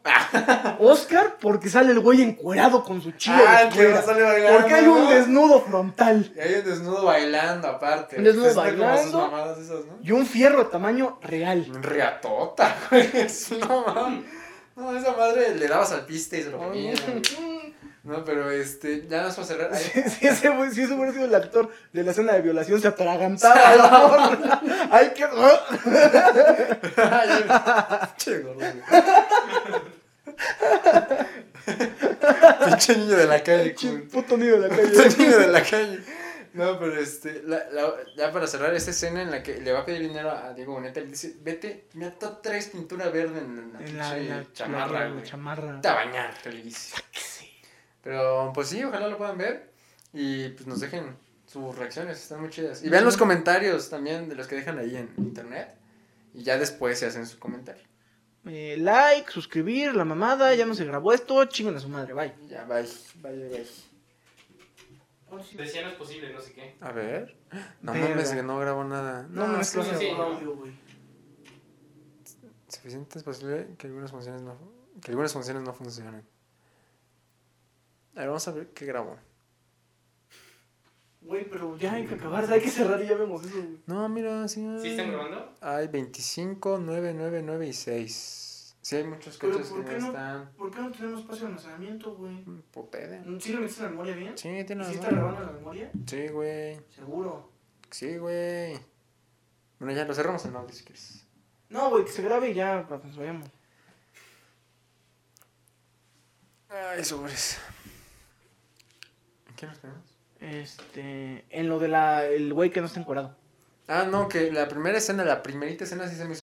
Oscar porque sale el güey encuerado con su chido. Ah, el que cuera. sale bailando, Porque hay un ¿no? desnudo frontal Y hay un desnudo bailando, aparte. Un desnudo Está como sus bailando. mamadas esas, ¿no? y un fierro de tamaño real. Un reatota, güey. Es una mam- No, esa madre le dabas al piste y se lo comía. güey. si No, pero este, ya nos va a cerrar. Ay, ese, güey- si ese hubiera sido el actor de la escena de violación, se atragantaba. a la morra. Ay, qué. Ay, Pinche gordo. güey. Pinche niño de la calle. Pinche cool. puto nido de la Pinche niño de calle. la calle. No, pero este, la- la- ya para cerrar esta escena en la que le va a pedir dinero a Diego Boneta, le dice, vete, me ató tres pintura verde en la, En la, pinche en la chamarra, la güey. chamarra. Vete a bañar, te le dice. Pero pues sí, ojalá lo puedan ver y pues nos dejen sus reacciones, están muy chidas. Y vean los comentarios también de los que dejan ahí en internet y ya después se hacen su comentario. Eh, like, suscribir, la mamada, ya no se grabó esto, chingan a su madre, bye. Ya, bye. Bye, bye. Decía no es posible, no sé qué. A ver. No Verga. mames, que no grabo nada. No, no, es que no sí, se sí, grabó, no. güey. Suficiente es posible que algunas funciones no, que algunas funciones no funcionen. A ver, vamos a ver qué grabo. Güey, pero ya hay que acabar, hay que cerrar y ya vemos eso, güey. No, mira, sí. ¿Sí están grabando? Hay 25, 9, 9, 9 y 6. Sí, hay muchos Pero, cachos que ¿por no qué no? están. ¿Por qué no tenemos espacio de almacenamiento, güey? Putede. ¿Sí lo metiste en la memoria bien? Sí, tiene ¿Sí razón. está grabando en la memoria? Sí, güey. Seguro. Sí, güey. Bueno, ya lo cerramos en audio si quieres. No, güey, que se grabe y ya pa- nos vayamos. Ay, sobres. ¿En qué nos quedamos? Este. En lo de la. El güey que no está encuadrado. Ah, no, que la primera escena, la primerita escena sí se me hizo